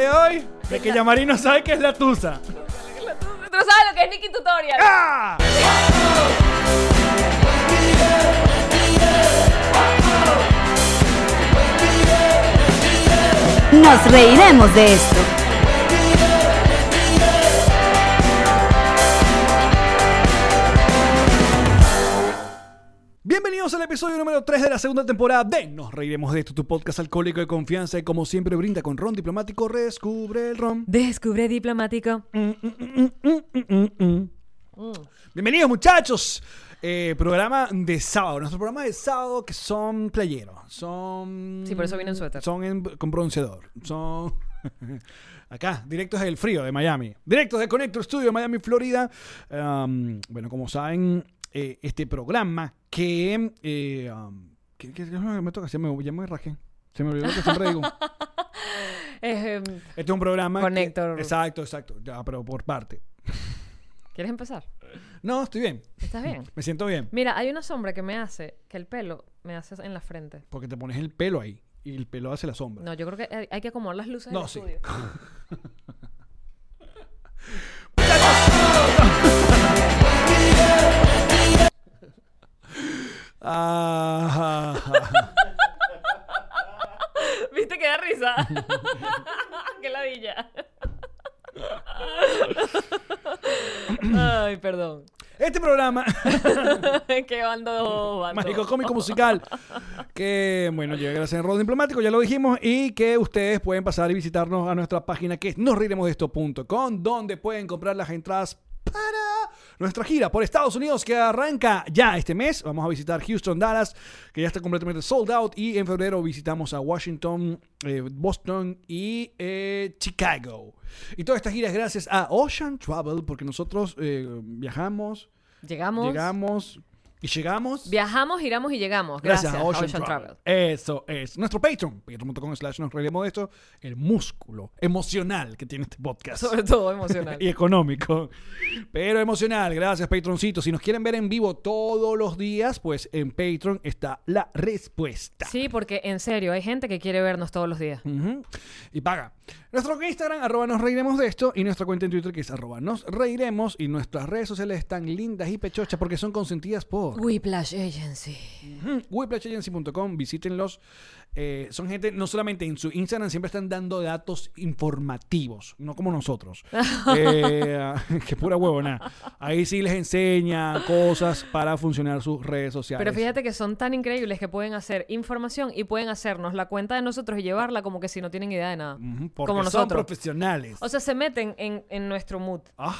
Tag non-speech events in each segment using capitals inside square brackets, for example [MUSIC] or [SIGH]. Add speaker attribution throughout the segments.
Speaker 1: de hoy? De que Yamarí no sabe qué es la tusa.
Speaker 2: Tú no sabes lo que es Nicky Tutorial.
Speaker 1: ¡Ah!
Speaker 3: Nos reiremos de esto.
Speaker 1: Bienvenidos al episodio número 3 de la segunda temporada de Nos reiremos de esto, tu podcast alcohólico de confianza y como siempre brinda con ron diplomático, descubre el ron.
Speaker 2: Descubre diplomático. mm,
Speaker 1: Mm. Bienvenidos muchachos. Eh, programa de sábado, nuestro programa de sábado que son playeros, son...
Speaker 2: Sí, por eso viene en suéter.
Speaker 1: Son en- con bronceador, son... [LAUGHS] Acá, directos del frío de Miami, directos de Connector Studio Miami, Florida. Um, bueno, como saben, eh, este programa que... eh, um, ¿qué, qué- qué es lo que me toca? Se me, ya me rajé. Se me olvidó lo que siempre digo.
Speaker 2: Eh, em,
Speaker 1: Este es un programa... que-
Speaker 2: Connector.
Speaker 1: exacto, exacto. Ya, pero por parte.
Speaker 2: ¿Quieres empezar?
Speaker 1: No, estoy bien.
Speaker 2: ¿Estás bien?
Speaker 1: Me siento bien.
Speaker 2: Mira, hay una sombra que me hace, que el pelo me hace en la frente.
Speaker 1: Porque te pones el pelo ahí y el pelo hace la sombra.
Speaker 2: No, yo creo que hay- hay que acomodar las luces
Speaker 1: No,
Speaker 2: del
Speaker 1: sí.
Speaker 2: estudio. [LAUGHS]
Speaker 1: Ah,
Speaker 2: ¿Viste que
Speaker 1: [LAUGHS]
Speaker 2: da risa? ¡Qué ladilla! Ay, perdón. [LAUGHS]
Speaker 1: este programa,
Speaker 2: Qué bando, bando.
Speaker 1: Mágico Cómico Musical, que bueno, llega gracias a Rol Diplomático, ya lo dijimos, y que ustedes pueden pasar y visitarnos a nuestra página que es nosriremosdeesto.com, donde pueden comprar las entradas para nuestra gira por Estados Unidos que arranca ya este mes. Vamos a visitar Houston, Dallas, que ya está completamente sold out, y en febrero visitamos a Washington, eh, Boston y eh, Chicago. Y todas estas giras gracias a Ocean Travel, porque nosotros eh, viajamos.
Speaker 2: Llegamos.
Speaker 1: Llegamos y llegamos.
Speaker 2: Viajamos, giramos y llegamos.
Speaker 1: Gracias,
Speaker 2: Gracias,
Speaker 1: a Ocean, Travel. Eso es. Nuestro Patreon, patreon.com slash nos reiremos de esto, el músculo emocional que tiene este podcast.
Speaker 2: Sobre todo emocional.
Speaker 1: [LAUGHS] Y económico. Pero emocional. Gracias, Patroncito. Si nos quieren ver en vivo todos los días, pues en Patreon está la respuesta.
Speaker 2: Sí, porque en serio, hay gente que quiere vernos todos los días.
Speaker 1: Ujú. Y paga. Nuestro Instagram, arroba nos reiremos de esto, y nuestra cuenta en Twitter que es arroba nos reiremos, y nuestras redes sociales están lindas y pechochas porque son consentidas por...
Speaker 2: Whiplash Agency.
Speaker 1: Ujú, whiplashagency.com, visítenlos. Eh, son gente, no solamente en su Instagram, siempre están dando datos informativos, no como
Speaker 2: [LAUGHS]
Speaker 1: nosotros. Eh, [LAUGHS] que pura huevona. Ahí sí les enseña cosas para funcionar sus redes sociales.
Speaker 2: Pero fíjate que son tan increíbles que pueden hacer información y pueden hacernos la cuenta de nosotros y llevarla como que si no tienen idea de nada.
Speaker 1: Ujú, porque
Speaker 2: como
Speaker 1: son
Speaker 2: nosotros.
Speaker 1: profesionales.
Speaker 2: O sea, se meten en, en nuestro mood.
Speaker 1: Ah.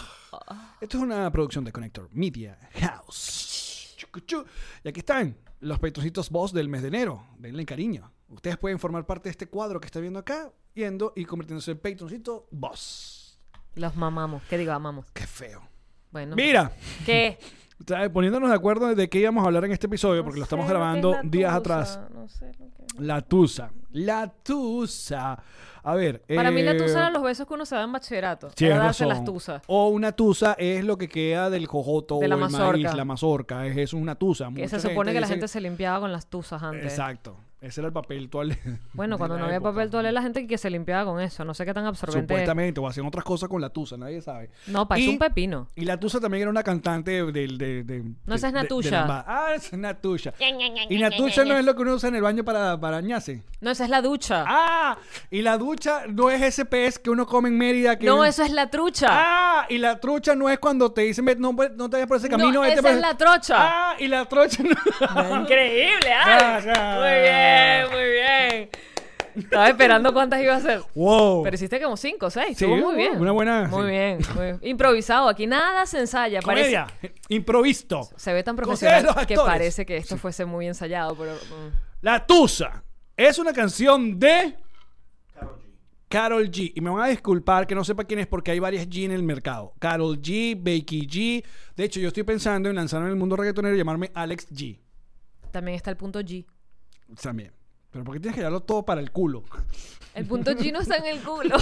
Speaker 1: Esto es una producción de Connector Media House. Chucuchú. Y aquí están los petrocitos boss del mes de enero. Denle cariño. Ustedes pueden formar parte de este cuadro que está viendo acá, yendo y convirtiéndose en patroncito boss.
Speaker 2: Los mamamos. ¿Qué digo? Amamos.
Speaker 1: Qué feo.
Speaker 2: Bueno.
Speaker 1: Mira,
Speaker 2: ¿Qué?
Speaker 1: ¿sabes? poniéndonos de acuerdo de qué íbamos a hablar en este episodio, [LAUGHS] porque lo estamos grabando días atrás.
Speaker 2: No sé lo que...
Speaker 1: La Tusa. La Tusa. A ver.
Speaker 2: Para mí la
Speaker 1: eh,
Speaker 2: tusa eran los besos que uno se da en bachillerato.
Speaker 1: Tienes
Speaker 2: Para darse
Speaker 1: razón. Oh,
Speaker 2: las tusas.
Speaker 1: O una tusa es lo que queda del jojoto
Speaker 2: De
Speaker 1: o
Speaker 2: la
Speaker 1: el maíz,
Speaker 2: mazorca.
Speaker 1: la mazorca. Es eso, una tusa.
Speaker 2: Que
Speaker 1: Mucha
Speaker 2: se supone que la
Speaker 1: dice-
Speaker 2: gente se limpiaba con las tusas antes.
Speaker 1: Exacto. Ese era el papel toalé.
Speaker 2: Bueno,
Speaker 1: de [LAUGHS]
Speaker 2: cuando
Speaker 1: la
Speaker 2: no había
Speaker 1: época.
Speaker 2: papel toalé, la gente que se limpiaba con eso. No sé qué tan absorbente es.
Speaker 1: Supuestamente, o hacían otras cosas con la tusa, nadie sabe.
Speaker 2: No, pa, es
Speaker 1: Y-
Speaker 2: un pepino.
Speaker 1: Y la tusa también era una cantante del... de, de-
Speaker 2: No, esa es
Speaker 1: de- de-
Speaker 2: Natusha.
Speaker 1: de lambada. ah, esa es Natusha. Y Natusha no es lo que uno usa en el baño para, para bañarse.
Speaker 2: No, esa es la ducha.
Speaker 1: Ah, y la ducha no es ese pez que uno come en Mérida. Que
Speaker 2: no, eso es la trucha.
Speaker 1: Ah, y la trucha no es cuando te dicen, "Ve, no, pues, no te vayas por ese
Speaker 2: No,
Speaker 1: camino. vete
Speaker 2: esa
Speaker 1: por Ah,
Speaker 2: es
Speaker 1: ese-".
Speaker 2: la trocha.
Speaker 1: Ah, y la trocha no. ah.
Speaker 2: Increíble, Alex.
Speaker 1: Gracias.
Speaker 2: Muy bien, muy bien. Estaba esperando cuántas iba a hacer.
Speaker 1: ¡Wow!
Speaker 2: Pero hiciste como cinco o seis.
Speaker 1: Sí,
Speaker 2: Estuvo muy
Speaker 1: bueno,
Speaker 2: bien.
Speaker 1: una buena,
Speaker 2: Muy
Speaker 1: sí.
Speaker 2: bien. muy- Improvisado. Aquí nada se ensaya. Parece,
Speaker 1: ¡Comedia! Improvisto.
Speaker 2: se ve tan
Speaker 1: Considera
Speaker 2: profesional
Speaker 1: los
Speaker 2: que
Speaker 1: actores.
Speaker 2: parece que esto fuese muy ensayado, pero mm,
Speaker 1: La Tusa es una canción de. Carol G. Y me van a disculpar que no sepa quién es porque hay varias G en el mercado. Carol G, Becky G. De hecho, yo estoy pensando en lanzarme en el mundo reggaetonero y llamarme Alex G.
Speaker 2: también está el punto G.
Speaker 1: También. Pero ¿por qué tienes que darlo todo para el culo?
Speaker 2: El punto G no está en el culo.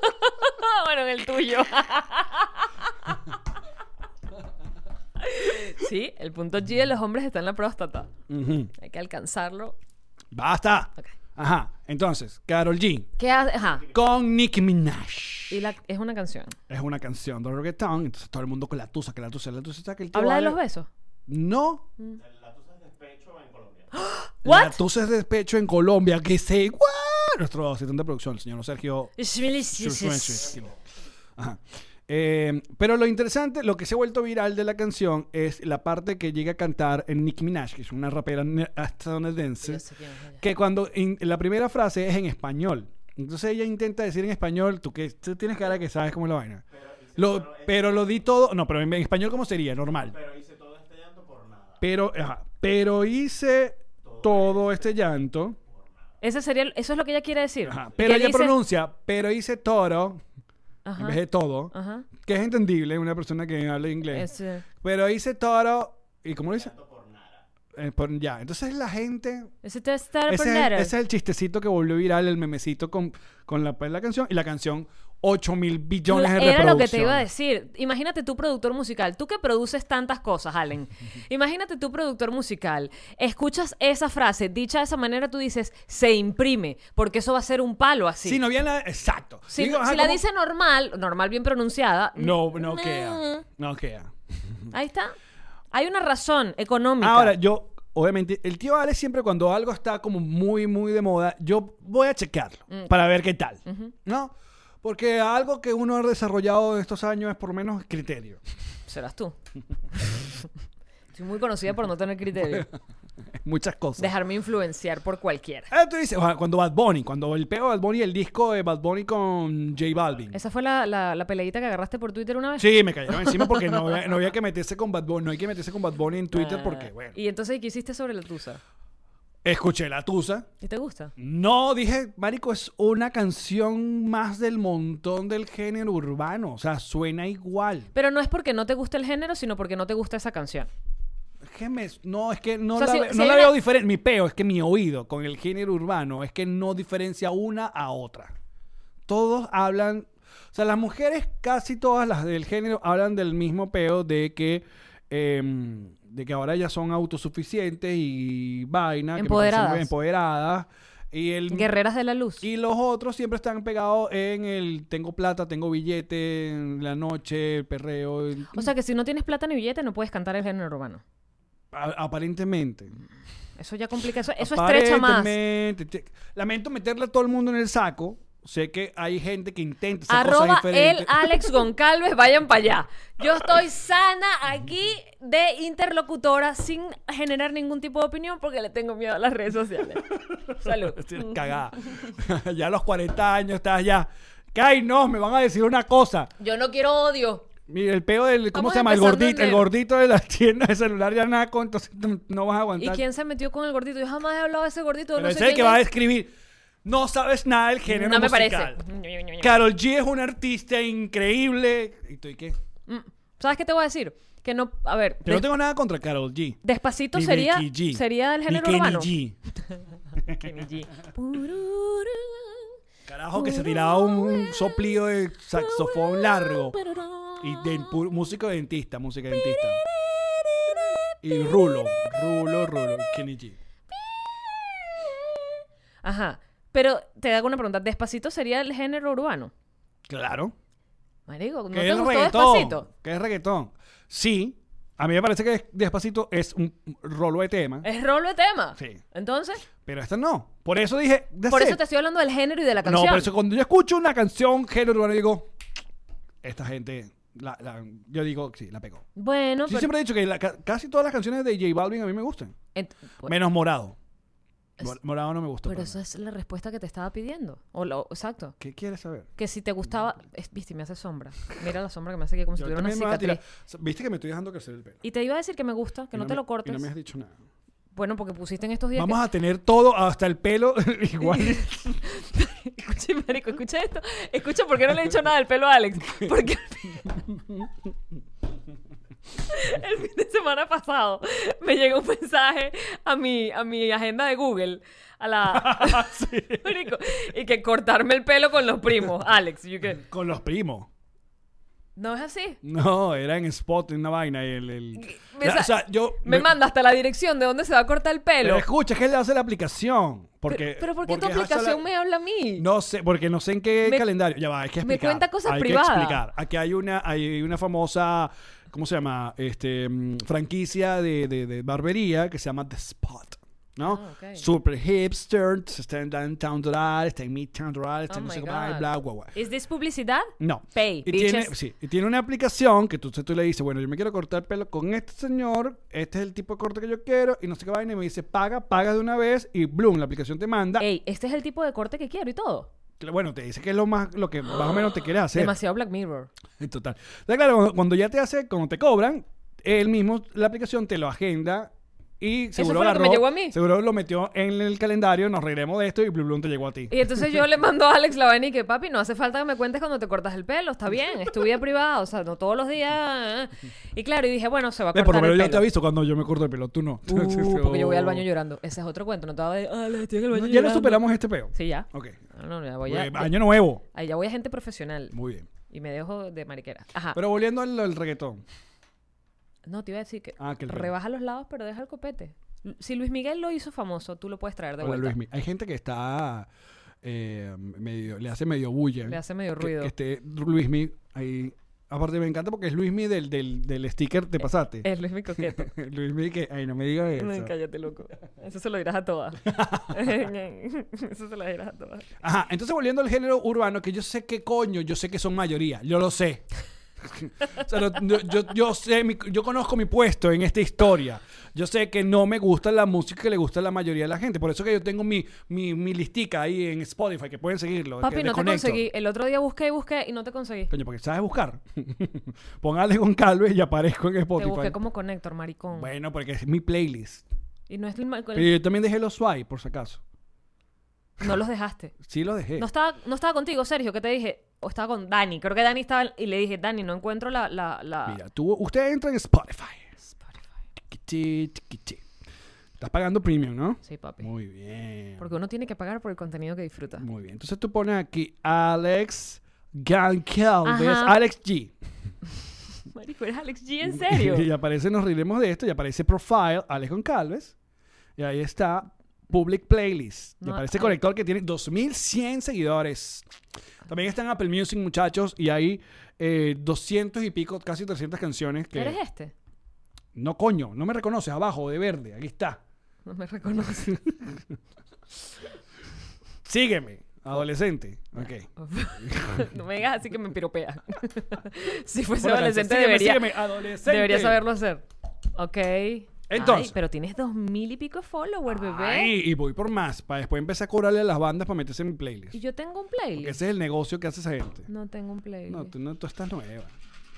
Speaker 2: [LAUGHS] bueno, en el tuyo. sí, el punto G de los hombres está en la próstata.
Speaker 1: Ujú.
Speaker 2: Hay que alcanzarlo.
Speaker 1: ¡Basta!
Speaker 2: Ok.
Speaker 1: Ajá. Entonces, Carol G.
Speaker 2: ¿Qué hace? Ajá.
Speaker 1: Con Nicki Minaj.
Speaker 2: Y la- es una canción.
Speaker 1: Es una canción de reggaetón. Entonces todo el mundo con la tusa, que la tusa, la tusa. ¿sabes que el tío
Speaker 2: ¿Habla de
Speaker 1: vale?
Speaker 2: los besos?
Speaker 1: No.
Speaker 2: ¿What?
Speaker 1: La tusa es despecho en Colombia. Que se... ¡Guau! Nuestro asistente de producción, el señor Sergio Ajá. Eh, pero lo interesante, lo que se ha vuelto viral de la canción es la parte que llega a cantar en Nicki Minaj, que es una rapera ne- estadounidense,
Speaker 2: Yo sé quién es ella.
Speaker 1: que cuando in- la primera frase es en español. Entonces ella intenta decir en español, tú que tú tienes cara que sabes cómo es la vaina. Lo- pero lo di todo, no, pero en, en español cómo sería, normal. Pero, ajá, pero hice todo este llanto.
Speaker 2: Ese sería, el- eso es lo que ella quiere decir.
Speaker 1: Ajá,
Speaker 2: Que
Speaker 1: pero
Speaker 2: él
Speaker 1: ella
Speaker 2: dice-
Speaker 1: pronuncia, pero hice toro en
Speaker 2: Ajá,
Speaker 1: vez de todo,
Speaker 2: ajá.
Speaker 1: que es entendible en una persona que habla inglés.
Speaker 2: Ese-
Speaker 1: Pero hice toro y ¿cómo lo dice? Eh, por- ya, entonces la gente...
Speaker 2: ese te está
Speaker 1: Ese es, el,
Speaker 2: poniendo.
Speaker 1: ese es el chistecito que volvió viral, el memecito con, con la, pues, la canción y la canción 8 mil billones de
Speaker 2: Era
Speaker 1: reproducciones.
Speaker 2: lo que te iba a decir. Imagínate tú, productor musical. Tú que produces tantas cosas, Allen. Imagínate tú, productor musical. Escuchas esa frase, dicha de esa manera, tú dices, se imprime, porque eso va a ser un palo así.
Speaker 1: Si no bien la... Exacto.
Speaker 2: si,
Speaker 1: Digo, ajá,
Speaker 2: si la mm,
Speaker 1: ¿cómo?
Speaker 2: dice normal, normal bien pronunciada.
Speaker 1: No, no
Speaker 2: nah,
Speaker 1: queda. No queda.
Speaker 2: [LAUGHS] Ahí está. Hay una razón económica.
Speaker 1: Ahora, yo, obviamente, el tío Ale siempre cuando algo está como muy, muy de moda, yo voy a checarlo
Speaker 2: Mm.
Speaker 1: para ver qué tal, ¿no? Porque algo que uno ha desarrollado en estos años es por lo menos criterio. [LAUGHS]
Speaker 2: serás tú. [LAUGHS] Estoy muy conocida por no tener criterio.
Speaker 1: Muchas cosas.
Speaker 2: Dejarme influenciar por cualquiera.
Speaker 1: Ah, tú dices, o sea, cuando Bad Bunny, cuando el peo de Bad Bunny, el disco de Bad Bunny con J Balvin.
Speaker 2: Esa fue la, la, la peleadita que agarraste por Twitter una vez.
Speaker 1: Sí, me cayeron encima porque no había, no había que meterse con Bad Bunny, no hay que meterse con Bad Bunny en Twitter
Speaker 2: Ah,
Speaker 1: porque, bueno,
Speaker 2: Y entonces, ¿qué hiciste sobre la tusa?
Speaker 1: escuché la tusa,
Speaker 2: ¿Y te gusta?
Speaker 1: No, dije, Marico, es una canción más del montón del género urbano. O sea, suena igual.
Speaker 2: Pero no es porque no te gusta el género, sino porque no te gusta esa canción.
Speaker 1: Es que me- no, es que no
Speaker 2: O sea,
Speaker 1: la,
Speaker 2: si-
Speaker 1: ve-
Speaker 2: si
Speaker 1: no
Speaker 2: hay
Speaker 1: la
Speaker 2: una-
Speaker 1: veo diferente. Mi peo es que mi oído con el género urbano es que no diferencia una a otra. Todos hablan. O sea, las mujeres, casi todas las del género, hablan del mismo peo de que. em, de que ahora ya son autosuficientes y vaina. que me parece
Speaker 2: Empoderadas.
Speaker 1: muy Empoderadas. Y el,
Speaker 2: Guerreras de la luz.
Speaker 1: Y los otros siempre están pegados en el tengo plata, tengo billete, en la noche, el perreo. el-
Speaker 2: O sea que si no tienes plata ni billete, no puedes cantar el género urbano.
Speaker 1: a- aparentemente.
Speaker 2: Eso ya complica. Eso, eso estrecha más.
Speaker 1: Aparentemente. Te- Lamento meterle a todo el mundo en el saco. Sé que hay gente que intenta hacer
Speaker 2: Arroba
Speaker 1: cosas
Speaker 2: el
Speaker 1: diferentes. [LAUGHS]
Speaker 2: Alex Goncalves, vayan para allá. Yo estoy sana aquí de interlocutora sin generar ningún tipo de opinión porque le tengo miedo a las redes sociales. Salud.
Speaker 1: Estoy [LAUGHS] Cagada. ya a los 40 años estás ya. Que ay, no, me van a decir una cosa.
Speaker 2: Yo no quiero odio.
Speaker 1: Mira, el peo del. ¿Cómo
Speaker 2: Vamos
Speaker 1: se llama? El
Speaker 2: empezando
Speaker 1: gordito. El
Speaker 2: enero.
Speaker 1: gordito de las tiendas de celular ya naco, entonces no vas a
Speaker 2: ¿Y
Speaker 1: aguantar.
Speaker 2: quién se metió con el gordito? Yo jamás he hablado de ese gordito.
Speaker 1: Pero
Speaker 2: no sé
Speaker 1: ese es el
Speaker 2: quién
Speaker 1: que va a
Speaker 2: es.
Speaker 1: escribir. No sabes nada del género
Speaker 2: No me
Speaker 1: musical.
Speaker 2: parece.
Speaker 1: Carol G es una artista increíble. ¿Y tú y qué?
Speaker 2: Mm, ¿Sabes qué te voy a decir? Que no, a ver,
Speaker 1: Yo no
Speaker 2: des-
Speaker 1: tengo nada contra Carol G.
Speaker 2: despacito
Speaker 1: ni
Speaker 2: sería
Speaker 1: Becky G,
Speaker 2: sería del
Speaker 1: ni
Speaker 2: género
Speaker 1: Kenny
Speaker 2: urbano.
Speaker 1: G.
Speaker 2: Kenny G. Pururú.
Speaker 1: Carajo, que se tiraba un soplío de saxofón largo. Y del pu- músico dentista, música dentista. Y Rulo, Rulo, Rulo, Kenny G.
Speaker 2: Ajá. Pero te hago una pregunta, despacito sería el género urbano.
Speaker 1: Claro.
Speaker 2: Marico, ¿no
Speaker 1: que
Speaker 2: te
Speaker 1: es
Speaker 2: gustó
Speaker 1: reggaetón.
Speaker 2: despacito?
Speaker 1: Que es reggaetón. Sí, a mí me parece que Despacito es un rolo de tema.
Speaker 2: Es rolo de tema.
Speaker 1: Sí.
Speaker 2: Entonces,
Speaker 1: Pero esta no. Por eso dije. that's
Speaker 2: por eso
Speaker 1: it.
Speaker 2: te estoy hablando del género y de la
Speaker 1: No,
Speaker 2: canción.
Speaker 1: por eso cuando yo escucho una canción género urbano, digo. Esta gente. la- la- yo digo, sí, la pegó.
Speaker 2: Bueno,
Speaker 1: Yo
Speaker 2: pero Pues
Speaker 1: siempre he dicho que la ca- casi todas las canciones de J Balvin a mí me gustan.
Speaker 2: ent- bueno,
Speaker 1: Menos Morado. Mor- Morado no me gustó.
Speaker 2: Pero
Speaker 1: para
Speaker 2: esa
Speaker 1: nada.
Speaker 2: es la respuesta que te estaba pidiendo. O lo, exacto.
Speaker 1: ¿Qué quieres saber?
Speaker 2: Que si te gustaba. es- viste, me hace sombra. Mira la sombra que me hace aquí como si
Speaker 1: Yo
Speaker 2: tuviera una
Speaker 1: también me voy a tirar.
Speaker 2: cicatriz.
Speaker 1: Viste que me estoy dejando crecer el pelo.
Speaker 2: Y te iba a decir que me gusta, que
Speaker 1: Y
Speaker 2: no, te
Speaker 1: me-
Speaker 2: lo cortes.
Speaker 1: Y no me has dicho nada.
Speaker 2: Bueno, porque pusiste en estos días.
Speaker 1: Vamos a tener todo, hasta el pelo, [LAUGHS]
Speaker 2: [LAUGHS]
Speaker 1: igual.
Speaker 2: que- [LAUGHS] Escucha, marico, escucha esto. Escucha, ¿por qué no le he dicho nada del pelo a Alex? Porque. [LAUGHS] El fin de semana pasado me llegó un mensaje a mi, a mi agenda de Google. A la. [LAUGHS] Marico, y que cortarme el pelo con los primos, Alex. y yo que,
Speaker 1: [LAUGHS] Con los primos.
Speaker 2: No es así.
Speaker 1: No, era en spot, en una vaina. y el, el-
Speaker 2: Me
Speaker 1: La-
Speaker 2: sa-
Speaker 1: o sea, yo.
Speaker 2: Me, manda hasta la dirección de dónde se va a cortar el
Speaker 1: Pero
Speaker 2: pelo.
Speaker 1: escucha, es que él hace la aplicación. Porque,
Speaker 2: Pero, pero ¿por qué tu
Speaker 1: porque hace la-
Speaker 2: aplicación me habla a mí?
Speaker 1: No sé, porque no sé en qué
Speaker 2: Me-
Speaker 1: calendario. Ya va, hay que
Speaker 2: me
Speaker 1: explicar.
Speaker 2: cuenta cosas
Speaker 1: hay
Speaker 2: privadas.
Speaker 1: que explicar. Aquí hay una, hay una famosa, ¿cómo se llama? Este, mm, franquicia de, de- de barbería que se llama The Spot. ¿no?
Speaker 2: Ah, ok.
Speaker 1: Super hipster, está en Downtown Doral, está en Midtown Doral, está
Speaker 2: Oh
Speaker 1: en no
Speaker 2: my
Speaker 1: sé qué vaina,
Speaker 2: God.
Speaker 1: bla, bla, bla.
Speaker 2: ¿Es this publicidad?
Speaker 1: No.
Speaker 2: Pay,
Speaker 1: y, tiene,
Speaker 2: bitches.
Speaker 1: sí, y tiene una aplicación que tú, tú le dices, bueno, yo me quiero cortar el pelo con este señor, este es el tipo de corte que yo quiero, y no sé qué vaina, y me dice, paga, paga de una vez, y bloom, la aplicación te manda.
Speaker 2: Ey, este es el tipo de corte que quiero y todo.
Speaker 1: Cla- Bueno, te dice que es lo más lo que más o menos te quieres hacer.
Speaker 2: Demasiado Black Mirror.
Speaker 1: En [LAUGHS] total. Está claro, cuando, cuando ya te hace, cuando te cobran, él mismo, la aplicación te lo agenda y seguro
Speaker 2: fue lo que me
Speaker 1: agarró-
Speaker 2: llegó a mí.
Speaker 1: Seguro lo metió en el calendario, nos reiremos de esto y Blue Bloom te llegó a ti.
Speaker 2: Y entonces yo le mando a Alex la vaina y que, papi, no hace falta que me cuentes cuando te cortas el pelo, está bien, es tu vida privada, o sea, no todos los días. eh. Y claro, y dije, bueno, se va a
Speaker 1: Ve,
Speaker 2: cortar
Speaker 1: Eh, por lo menos
Speaker 2: el
Speaker 1: yo te
Speaker 2: pelo.
Speaker 1: aviso cuando yo me corto el pelo, tú no. [LAUGHS] Entonces,
Speaker 2: Uh, porque yo voy al baño
Speaker 1: oh.
Speaker 2: llorando. Ese es otro cuento, no te voy a decir, "Alex, estoy en el
Speaker 1: No,
Speaker 2: baño
Speaker 1: ya lo
Speaker 2: llorando".
Speaker 1: superamos este peo.
Speaker 2: Sí, ya.
Speaker 1: Ok.
Speaker 2: No, no, ya voy a...
Speaker 1: Eh, año nuevo.
Speaker 2: Ahí ya voy a gente profesional
Speaker 1: Muy bien.
Speaker 2: y me dejo de mariquera. Ajá.
Speaker 1: Pero volviendo al, al reggaetón.
Speaker 2: No, te iba a decir que,
Speaker 1: Ah, que el rey.
Speaker 2: rebaja los lados, pero deja el copete. L- Si Luis Miguel lo hizo famoso, tú lo puedes traer de
Speaker 1: Hola,
Speaker 2: vuelta.
Speaker 1: Luismi. Hay gente que está eh, medio, le hace medio bulla.
Speaker 2: Le hace medio
Speaker 1: que-
Speaker 2: ruido.
Speaker 1: Que, esté Luismi ahí. Aparte me encanta porque es Luismi del, del, del sticker
Speaker 2: Eh,
Speaker 1: te pasaste.
Speaker 2: Es Luis mi coqueto.
Speaker 1: [LAUGHS] Luismi que, ay, no me digas eso.
Speaker 2: Ay, cállate, loco. Eso se lo dirás a todas. [LAUGHS] Eso se lo dirás a todas.
Speaker 1: Ajá, entonces volviendo al género urbano, que yo sé que coño, yo sé que son mayoría, yo lo sé. [LAUGHS] O sea, lo- yo, yo- yo sé, mi- yo conozco mi puesto en esta historia. Yo sé que no me gusta la música que le gusta a la mayoría de la gente. Por eso que yo tengo mi, mi, mi listica ahí en Spotify, que pueden seguirlo.
Speaker 2: Papi,
Speaker 1: que
Speaker 2: no te
Speaker 1: desconecto.
Speaker 2: conseguí. El otro día busqué y busqué y no te conseguí.
Speaker 1: Coño, porque sabes buscar. [LAUGHS] Póngale con Calves y aparezco en
Speaker 2: Te busqué
Speaker 1: Spotify.
Speaker 2: como conector, maricón.
Speaker 1: Bueno, porque es mi playlist.
Speaker 2: Y no es el, ma- el-
Speaker 1: Pero yo también dejé los swipe, por si acaso.
Speaker 2: No los dejaste.
Speaker 1: Sí los dejé.
Speaker 2: No estaba, no estaba contigo, Sergio, que te dije. O estaba con Dani. Creo que Dani estaba. Y le dije, Dani, no encuentro la. la, la...
Speaker 1: Mira, tú, usted entra en Spotify.
Speaker 2: Spotify.
Speaker 1: Tiquichi, tiquichi. Estás pagando premium, ¿no?
Speaker 2: Sí, papi.
Speaker 1: Muy bien. Mm.
Speaker 2: Porque uno tiene que pagar por el contenido que disfruta.
Speaker 1: Muy bien. Entonces tú pones aquí Alex Goncalves,
Speaker 2: Ajá.
Speaker 1: Alex G.
Speaker 2: Marico, eres Alex
Speaker 1: [LAUGHS]
Speaker 2: G, en serio.
Speaker 1: y aparece, nos riremos de esto, y aparece Profile, Alex Goncalves. Y ahí está Public Playlist. Y
Speaker 2: No, ah.
Speaker 1: aparece
Speaker 2: hay-
Speaker 1: Conector que tiene 2100 seguidores. También está en Apple Music, muchachos, y hay eh, 200 y pico, casi 300 canciones que...
Speaker 2: ¿Eres este?
Speaker 1: No, coño, no me reconoces, abajo, de verde, aquí está.
Speaker 2: No me reconoce.
Speaker 1: Sígueme, adolescente.
Speaker 2: [LAUGHS]
Speaker 1: Ok.
Speaker 2: [LAUGHS] no me digas así que me piropea. [LAUGHS] si fuese
Speaker 1: Bueno,
Speaker 2: adolescente,
Speaker 1: sígueme,
Speaker 2: debería,
Speaker 1: sígueme, adolescente.
Speaker 2: debería saberlo hacer. Ok.
Speaker 1: Entonces.
Speaker 2: Ay, pero tienes dos mil y pico followers, bebé.
Speaker 1: Ay, y voy por más, para después empezar a cobrarle a las bandas para meterse en mi playlist.
Speaker 2: Y yo tengo un
Speaker 1: Porque
Speaker 2: playlist.
Speaker 1: ese es el negocio que hace esa gente.
Speaker 2: No tengo un playlist.
Speaker 1: No, tú, no, tú estás nueva.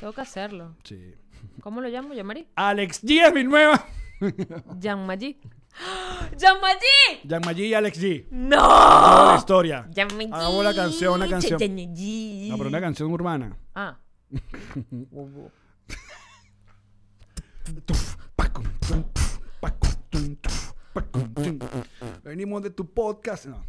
Speaker 2: Tengo que hacerlo.
Speaker 1: Sí.
Speaker 2: ¿Cómo lo llamo? ¿Yamari?
Speaker 1: Alex G es mi nueva.
Speaker 2: [GASPS] Yanmaji. ¡Yanmaji!
Speaker 1: Yamagí y Alex G.
Speaker 2: ¡No!
Speaker 1: Toda la historia.
Speaker 2: ¡Yanmaji!
Speaker 1: Hagamos la canción, una canción.
Speaker 2: Yanmaji.
Speaker 1: No, pero una canción urbana.
Speaker 2: Ah. Wow.
Speaker 1: Tuf, pacum, tum, tuf, pacum, tum, tuf, pacum, tum. Venimos de tu podcast. No.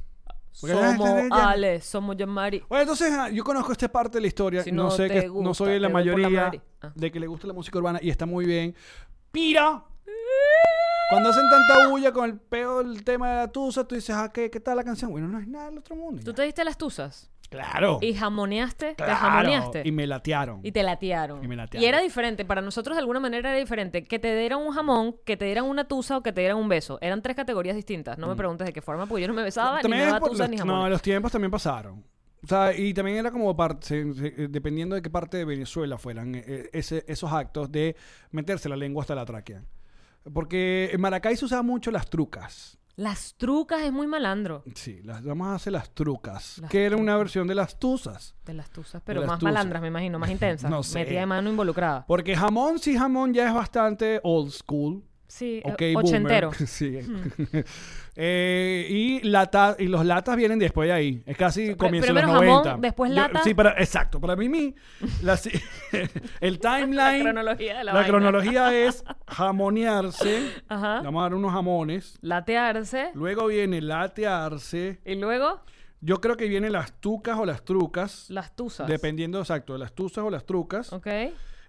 Speaker 1: Porque la gente
Speaker 2: Somos
Speaker 1: de Yan-
Speaker 2: Ale, somos Yanmari.
Speaker 1: Bueno, entonces ah, yo conozco esta parte de la historia.
Speaker 2: Si
Speaker 1: no,
Speaker 2: no
Speaker 1: sé
Speaker 2: te
Speaker 1: que no
Speaker 2: gusta,
Speaker 1: soy la
Speaker 2: te voy por la
Speaker 1: mayoría
Speaker 2: madre. Ah.
Speaker 1: de que le gusta la música urbana y está muy bien. Pira. Cuando hacen tanta bulla con el peo del tema de la tusa, tú dices, ah, ¿qué, qué tal la canción? Bueno, no es nada del otro mundo.
Speaker 2: Tú
Speaker 1: ya.
Speaker 2: te diste las tuzas
Speaker 1: Claro.
Speaker 2: y jamoneaste, te
Speaker 1: claro.
Speaker 2: jamoneaste
Speaker 1: Y
Speaker 2: y,
Speaker 1: me latearon.
Speaker 2: te latearon.
Speaker 1: Y me latearon.
Speaker 2: Y era diferente, para nosotros de alguna manera era diferente que te dieran un jamón, que te dieran una tusa o que te dieran un beso. Eran tres categorías distintas. No me preguntes de qué forma, porque yo no me besaba ni me
Speaker 1: Mm. También es
Speaker 2: daba
Speaker 1: por los-
Speaker 2: tuzas ni
Speaker 1: no,
Speaker 2: jamón.
Speaker 1: los tiempos también pasaron. O sea, y también era como parte, se- se- eh, dependiendo de qué parte de Venezuela fueran eh, ese- esos actos de meterse la lengua hasta la tráquea. Porque en Maracay se usaba mucho las trucas.
Speaker 2: Las trucas es muy malandro.
Speaker 1: Sí, las llamas hace las trucas,
Speaker 2: Las
Speaker 1: que era una versión de las tuzas.
Speaker 2: De las tuzas, pero
Speaker 1: las
Speaker 2: más
Speaker 1: tuzas.
Speaker 2: malandras, me imagino, más
Speaker 1: [LAUGHS]
Speaker 2: intensas.
Speaker 1: No sé.
Speaker 2: Metida de mano involucrada.
Speaker 1: Porque jamón, sí, jamón ya es bastante old school.
Speaker 2: Sí,
Speaker 1: Ok,
Speaker 2: eh,
Speaker 1: boomer. [LAUGHS]
Speaker 2: ochentero. Hmm.
Speaker 1: Sí. Eh, y, lata, y los latas vienen después de ahí. Es casi comienzo de los
Speaker 2: primero jamón,
Speaker 1: 90.
Speaker 2: después
Speaker 1: Yo-
Speaker 2: lata.
Speaker 1: sí, para, exacto. Para mí, mí, la si- [LAUGHS] el timeline.
Speaker 2: La cronología de la
Speaker 1: la
Speaker 2: vaina.
Speaker 1: cronología es jamonearse.
Speaker 2: Ajá.
Speaker 1: Vamos a dar unos jamones.
Speaker 2: Latearse.
Speaker 1: Luego viene latearse.
Speaker 2: Y luego
Speaker 1: Yo creo que vienen las tucas o las trucas.
Speaker 2: las tuzas.
Speaker 1: Dependiendo, exacto, de las tuzas o las trucas.
Speaker 2: Ok.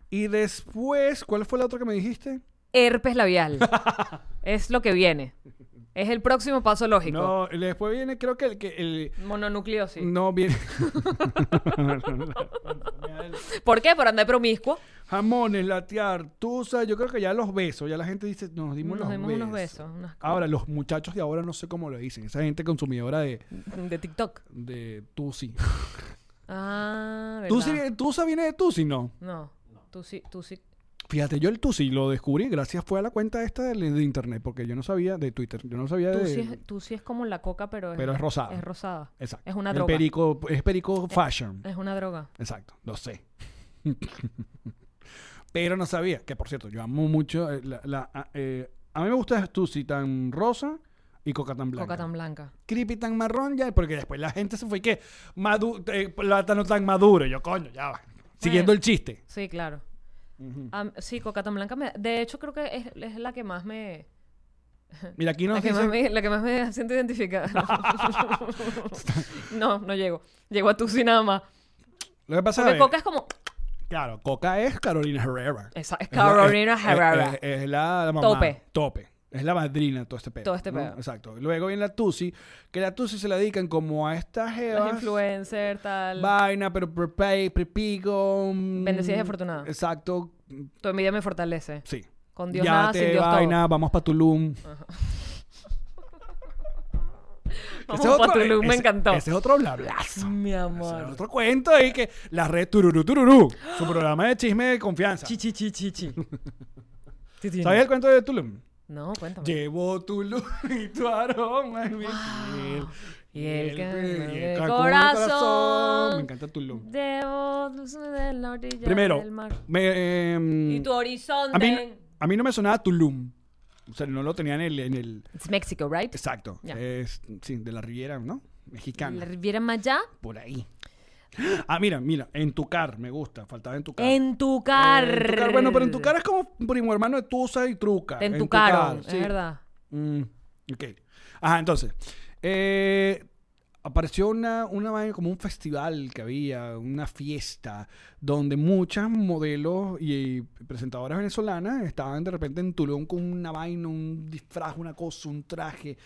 Speaker 1: Y después, ¿cuál fue la otra que me dijiste? [LAUGHS]
Speaker 2: Herpes labial. es lo que viene. Es el próximo paso lógico.
Speaker 1: No, y después viene, creo que el que el,
Speaker 2: Mononucleosis.
Speaker 1: No viene.
Speaker 2: ¿Por qué? Por andar promiscuo.
Speaker 1: Jamones, latear, tusa. Yo creo que ya los besos. Ya la gente dice, nos dimos
Speaker 2: Nos
Speaker 1: los
Speaker 2: dimos
Speaker 1: besos. Ah.
Speaker 2: unos besos, unas cosas.
Speaker 1: Ahora, los muchachos de ahora no sé cómo lo dicen. Esa gente consumidora de,
Speaker 2: De TikTok.
Speaker 1: de tusi.
Speaker 2: Ah, ¿verdad?
Speaker 1: tusi. viene- Tusa viene de tusi, ¿no?
Speaker 2: No. Tú sí, tú sí.
Speaker 1: Fíjate, yo el tusi lo descubrí gracias fue a la cuenta esta de, de internet, porque yo no sabía de Twitter. Yo no sabía
Speaker 2: Tú
Speaker 1: de...
Speaker 2: sí, es, tú sí es como la coca, pero es,
Speaker 1: Eh. Pero es rosada.
Speaker 2: es rosada.
Speaker 1: Exacto.
Speaker 2: es una
Speaker 1: El
Speaker 2: droga. Eh,
Speaker 1: Perico, es perico fashion.
Speaker 2: Es una droga.
Speaker 1: Exacto, lo sé. [LAUGHS] Pero no sabía, que por cierto, yo amo mucho. eh, la- la- a, eh, a mí me gusta Stussy tan rosa y coca tan blanca.
Speaker 2: Coca tan blanca.
Speaker 1: Creepy tan marrón, ya, porque después la gente se fue que madu eh, plátano tan maduro. Yo, coño, ya va. Siguiendo el chiste.
Speaker 2: Sí, claro. Am- sí, coca tan blanca. me- de hecho, creo que es, es la que más me.
Speaker 1: Mira, aquí
Speaker 2: la,
Speaker 1: nos
Speaker 2: que
Speaker 1: dicen,
Speaker 2: más me la que más me [LAUGHS] siento
Speaker 1: [LAUGHS]
Speaker 2: identificada. no, no llego. Llego a tu sí nada más.
Speaker 1: Lo que pasa
Speaker 2: Porque
Speaker 1: es.
Speaker 2: coca es como.
Speaker 1: Claro, coca es Carolina Herrera.
Speaker 2: Esa- es
Speaker 1: Es la-
Speaker 2: Carolina
Speaker 1: es- es-
Speaker 2: Herrera.
Speaker 1: Es, es la, la mamá.
Speaker 2: Tope.
Speaker 1: Tope. Es la madrina de todo este pedo.
Speaker 2: Todo este
Speaker 1: ¿no?
Speaker 2: pedo.
Speaker 1: Exacto. Luego viene la Tusi, que la Tusi se la dedican como a estas
Speaker 2: Las
Speaker 1: jevas.
Speaker 2: influencers, tal.
Speaker 1: Vaina, pero prepay, prepigo. mm,
Speaker 2: Bendecida y afortunada.
Speaker 1: Exacto,
Speaker 2: Tu envidia me fortalece.
Speaker 1: sí.
Speaker 2: Con Dios
Speaker 1: ya
Speaker 2: nada,
Speaker 1: te
Speaker 2: sin Dios
Speaker 1: vaina, vamos para Tulum.
Speaker 2: todo.
Speaker 1: Ese es
Speaker 2: Vamos pa'
Speaker 1: otro-
Speaker 2: Tulum, me
Speaker 1: ese-
Speaker 2: encantó.
Speaker 1: Ese es otro blablazo.
Speaker 2: Mi
Speaker 1: Ese es
Speaker 2: amor.
Speaker 1: otro cuento ahí que la red Tururú Tururú. Su programa de chisme de confianza.
Speaker 2: Chichi, chichi, [LAUGHS] chichi. Tú tienes.
Speaker 1: ¿Sabes el cuento de Tulum?
Speaker 2: No, cuéntame.
Speaker 1: Llevo tu luz [LAUGHS] y tu aroma en mi piel.
Speaker 2: Y el canto
Speaker 1: y el
Speaker 2: del
Speaker 1: canto de mi
Speaker 2: corazón.
Speaker 1: Me encanta Tulum.
Speaker 2: Debo de la orilla
Speaker 1: Primero,
Speaker 2: del mar.
Speaker 1: me, em,
Speaker 2: Y tu horizonte.
Speaker 1: a, mí, a mí no me sonaba Tulum. O sea, no lo tenía en el... En el
Speaker 2: It's Mexico, right?
Speaker 1: exacto.
Speaker 2: Ya.
Speaker 1: Es, sí, de la Riviera, ¿no? Mexicana.
Speaker 2: La Riviera Maya.
Speaker 1: Por ahí. Ah, mira, mira. Entucar, me gusta. Faltaba entucar.
Speaker 2: Entucar.
Speaker 1: Entucar, Bueno, pero entucar es como primo hermano de Tusa y Truca.
Speaker 2: Te entucaron,
Speaker 1: Entucar, sí.
Speaker 2: es verdad.
Speaker 1: Mm, ok. Ajá, entonces. eh, apareció una, una vaina como un festival que había, una fiesta, donde muchas modelos y presentadoras venezolanas estaban de repente en Tulum con una vaina, un disfraz, una cosa, un traje.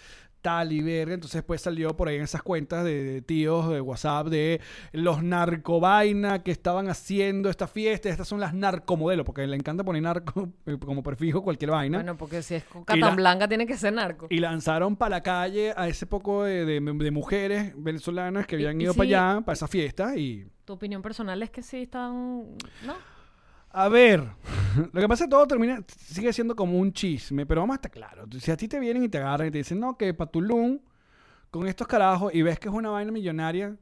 Speaker 1: Tal y verga, entonces después salió por ahí en esas cuentas de, de tíos de WhatsApp de los narcovaina que estaban haciendo esta fiesta. Estas son las narcomodelos, porque le encanta poner narco eh, como prefijo cualquier vaina.
Speaker 2: Bueno, porque si es coca
Speaker 1: Y
Speaker 2: tan
Speaker 1: la-
Speaker 2: blanca, tiene que ser narco.
Speaker 1: Y lanzaron para la calle a ese poco de, de- de mujeres venezolanas que
Speaker 2: Y-
Speaker 1: habían
Speaker 2: y
Speaker 1: ido
Speaker 2: sí.
Speaker 1: para allá, para esa fiesta. Y.
Speaker 2: Tu opinión personal es que sí están. No.
Speaker 1: A ver, [LAUGHS] lo que pasa es que todo termina, sigue siendo como un chisme, pero vamos a estar claro. Si a ti te vienen y te agarran y te dicen, no, que para Tulum, con estos carajos, y ves que es una vaina millonaria,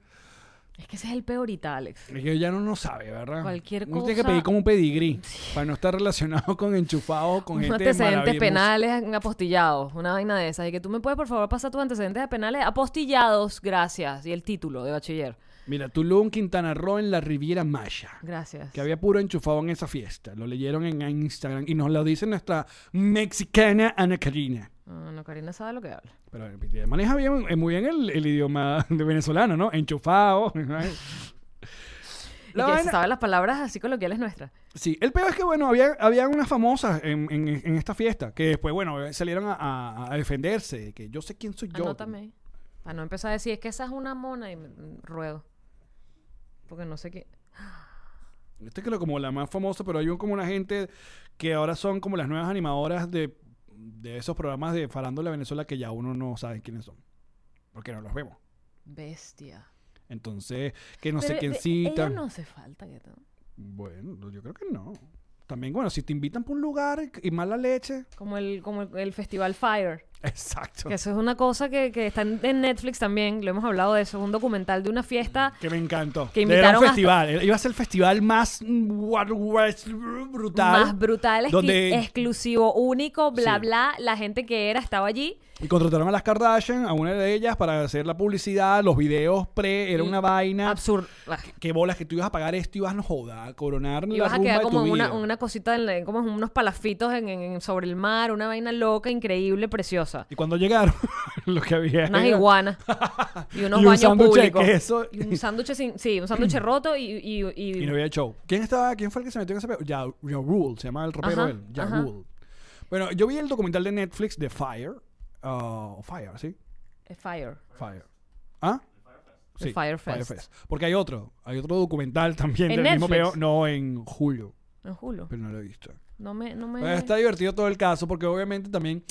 Speaker 2: Es que ese es el peor ahorita, Alex.
Speaker 1: y que ya no no sabe, ¿verdad?
Speaker 2: Cualquier
Speaker 1: Uno tiene que
Speaker 2: cosa-
Speaker 1: pedir como un pedigrí, para no estar relacionado con enchufados, con
Speaker 2: Unos
Speaker 1: gente
Speaker 2: antecedentes
Speaker 1: maravillosa.
Speaker 2: penales apostillados, una vaina de esas. Y que tú me puedes, por favor, pasar tus antecedentes penales apostillados, gracias. Y el título de bachiller,
Speaker 1: Mira, Tulum, Quintana Roo, en la Riviera Maya.
Speaker 2: gracias.
Speaker 1: Que había puro enchufado en esa fiesta. Lo leyeron en Instagram y nos lo dice nuestra mexicana Ana Karina.
Speaker 2: Ah, no, Karina sabe lo que habla.
Speaker 1: Pero eh, maneja bien, eh, muy bien el, el idioma de venezolano, ¿no? Enchufado. [LAUGHS]
Speaker 2: Y
Speaker 1: La
Speaker 2: que
Speaker 1: vaina-
Speaker 2: se sabe las palabras así coloquiales nuestras.
Speaker 1: Sí, el peor es que, bueno, había, había unas famosas en, en- en esta fiesta que después, bueno, eh, salieron a, a- a defenderse. Que yo sé quién soy yo.
Speaker 2: Anótame. Para no empezar a decir, es que esa es una mona y me- mm, ruedo. Porque no sé qué.
Speaker 1: Este creo como la más famosa, pero hay un- como una gente que ahora son como las nuevas animadoras de, de esos programas de farándula Venezuela que ya uno no sabe quiénes son. Porque no los vemos.
Speaker 2: Bestia.
Speaker 1: Entonces, que no sé
Speaker 2: Pero,
Speaker 1: quién
Speaker 2: eh,
Speaker 1: cita.
Speaker 2: Ella no hace falta que tal.
Speaker 1: Bueno, yo creo que no. También, bueno, si te invitan para un lugar y mala leche. [LAUGHS]
Speaker 2: Como el, como el, el festival Fire.
Speaker 1: Exacto.
Speaker 2: Que eso es una cosa que, que está en en Netflix también, lo hemos hablado de eso, es un documental de una fiesta.
Speaker 1: Que me encantó.
Speaker 2: Que
Speaker 1: Era
Speaker 2: invitaron
Speaker 1: un
Speaker 2: hasta-
Speaker 1: festival. era- Iba a ser el festival más guar- guar- brutal.
Speaker 2: Más brutal, esqui-
Speaker 1: Donde-
Speaker 2: exclusivo, único, bla,
Speaker 1: Sí.
Speaker 2: bla. La gente que era estaba allí.
Speaker 1: Y contrataron a las Kardashian, a una de ellas, para hacer la publicidad, los videos pre, era una vaina.
Speaker 2: Absurdo.
Speaker 1: Qué bolas que tú ibas a pagar esto y vas no joda, a coronar
Speaker 2: Y
Speaker 1: la
Speaker 2: vas ah, a
Speaker 1: rumba
Speaker 2: quedar
Speaker 1: de tu
Speaker 2: como en una,
Speaker 1: vida.
Speaker 2: una cosita, en la- como en unos palafitos en- en- en- sobre el mar, una vaina loca, increíble,
Speaker 1: [LAUGHS]
Speaker 2: preciosa.
Speaker 1: Y cuando llegaron, lo que había
Speaker 2: Unas
Speaker 1: era- [LAUGHS]
Speaker 2: iguanas y unos
Speaker 1: Y un
Speaker 2: baños
Speaker 1: sándwich de
Speaker 2: públicos.
Speaker 1: queso.
Speaker 2: Y un sándwich sin, sí,
Speaker 1: [CLEARS THROAT]
Speaker 2: un sándwich roto y, y, y-
Speaker 1: Y no había show. ¿Quién estaba? ¿Quién fue el que se metió en ese pedo? Ya, Ya Rule, se llama el ropero
Speaker 2: Ajá,
Speaker 1: él. Ya
Speaker 2: ajá.
Speaker 1: Rule. Bueno, yo vi el documental de Netflix de Fire. ah, Fire, ¿sí?
Speaker 2: Fire.
Speaker 1: Fire. ¿Ah?
Speaker 2: The Fire Fest.
Speaker 1: Porque hay otro, hay otro documental también
Speaker 2: ¿En
Speaker 1: del mismo
Speaker 2: Netflix?
Speaker 1: peo, no en julio,
Speaker 2: En julio.
Speaker 1: pero no lo he visto.
Speaker 2: No me, no me.
Speaker 1: Pero Está divertido todo el caso porque obviamente también,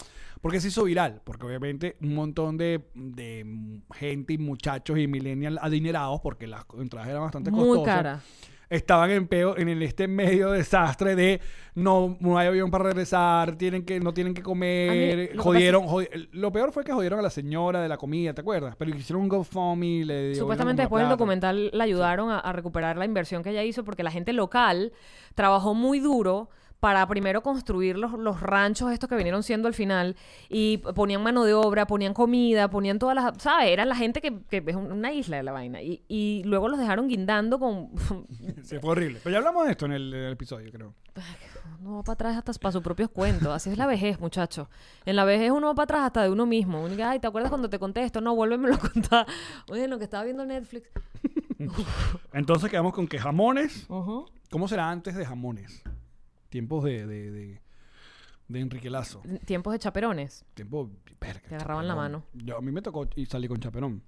Speaker 1: porque se hizo viral, porque obviamente un montón de, de gente y muchachos y millennials adinerados, porque las entradas eran bastante costosas,
Speaker 2: Muy cara.
Speaker 1: estaban en peo en el este medio desastre de no, no hay avión para regresar, tienen que, no tienen que
Speaker 2: A mí,
Speaker 1: comer,
Speaker 2: Ah, lo que
Speaker 1: jodieron, jodi- lo peor fue que jodieron a la señora de la comida, ¿te acuerdas? Pero hicieron un GoFundMe, le devolvieron
Speaker 2: Supuestamente
Speaker 1: la
Speaker 2: después del
Speaker 1: plata.
Speaker 2: documental la ayudaron a, a recuperar la inversión que ella hizo porque la gente local trabajó muy duro para primero construir los, los ranchos estos que vinieron siendo al final y p- ponían mano de obra, ponían comida, ponían todas las... ¿Sabes? Era la gente que, que es un- una isla de la vaina y, y luego los dejaron guindando con... [LAUGHS]
Speaker 1: Sí, fue horrible. Pero ya hablamos de esto en el, en el episodio, creo.
Speaker 2: uno va para atrás hasta para sus propios cuentos. Así es la vejez, muchachos. En la vejez uno va para atrás hasta de uno mismo. Uno dice, Ay, ¿te acuerdas cuando te conté esto? No, vuélvemelo a contar. [LAUGHS] Bueno, que estaba viendo Netflix.
Speaker 1: Entonces quedamos con que jamones.
Speaker 2: Ujú.
Speaker 1: ¿Cómo será antes de jamones? Tiempos de, de, de, de Enrique Lazo.
Speaker 2: Tiempos de chaperones.
Speaker 1: Tiempo. verga,
Speaker 2: Te agarraban la
Speaker 1: Chaperón.
Speaker 2: mano.
Speaker 1: Yo, a mí me tocó y salí con Chaperón.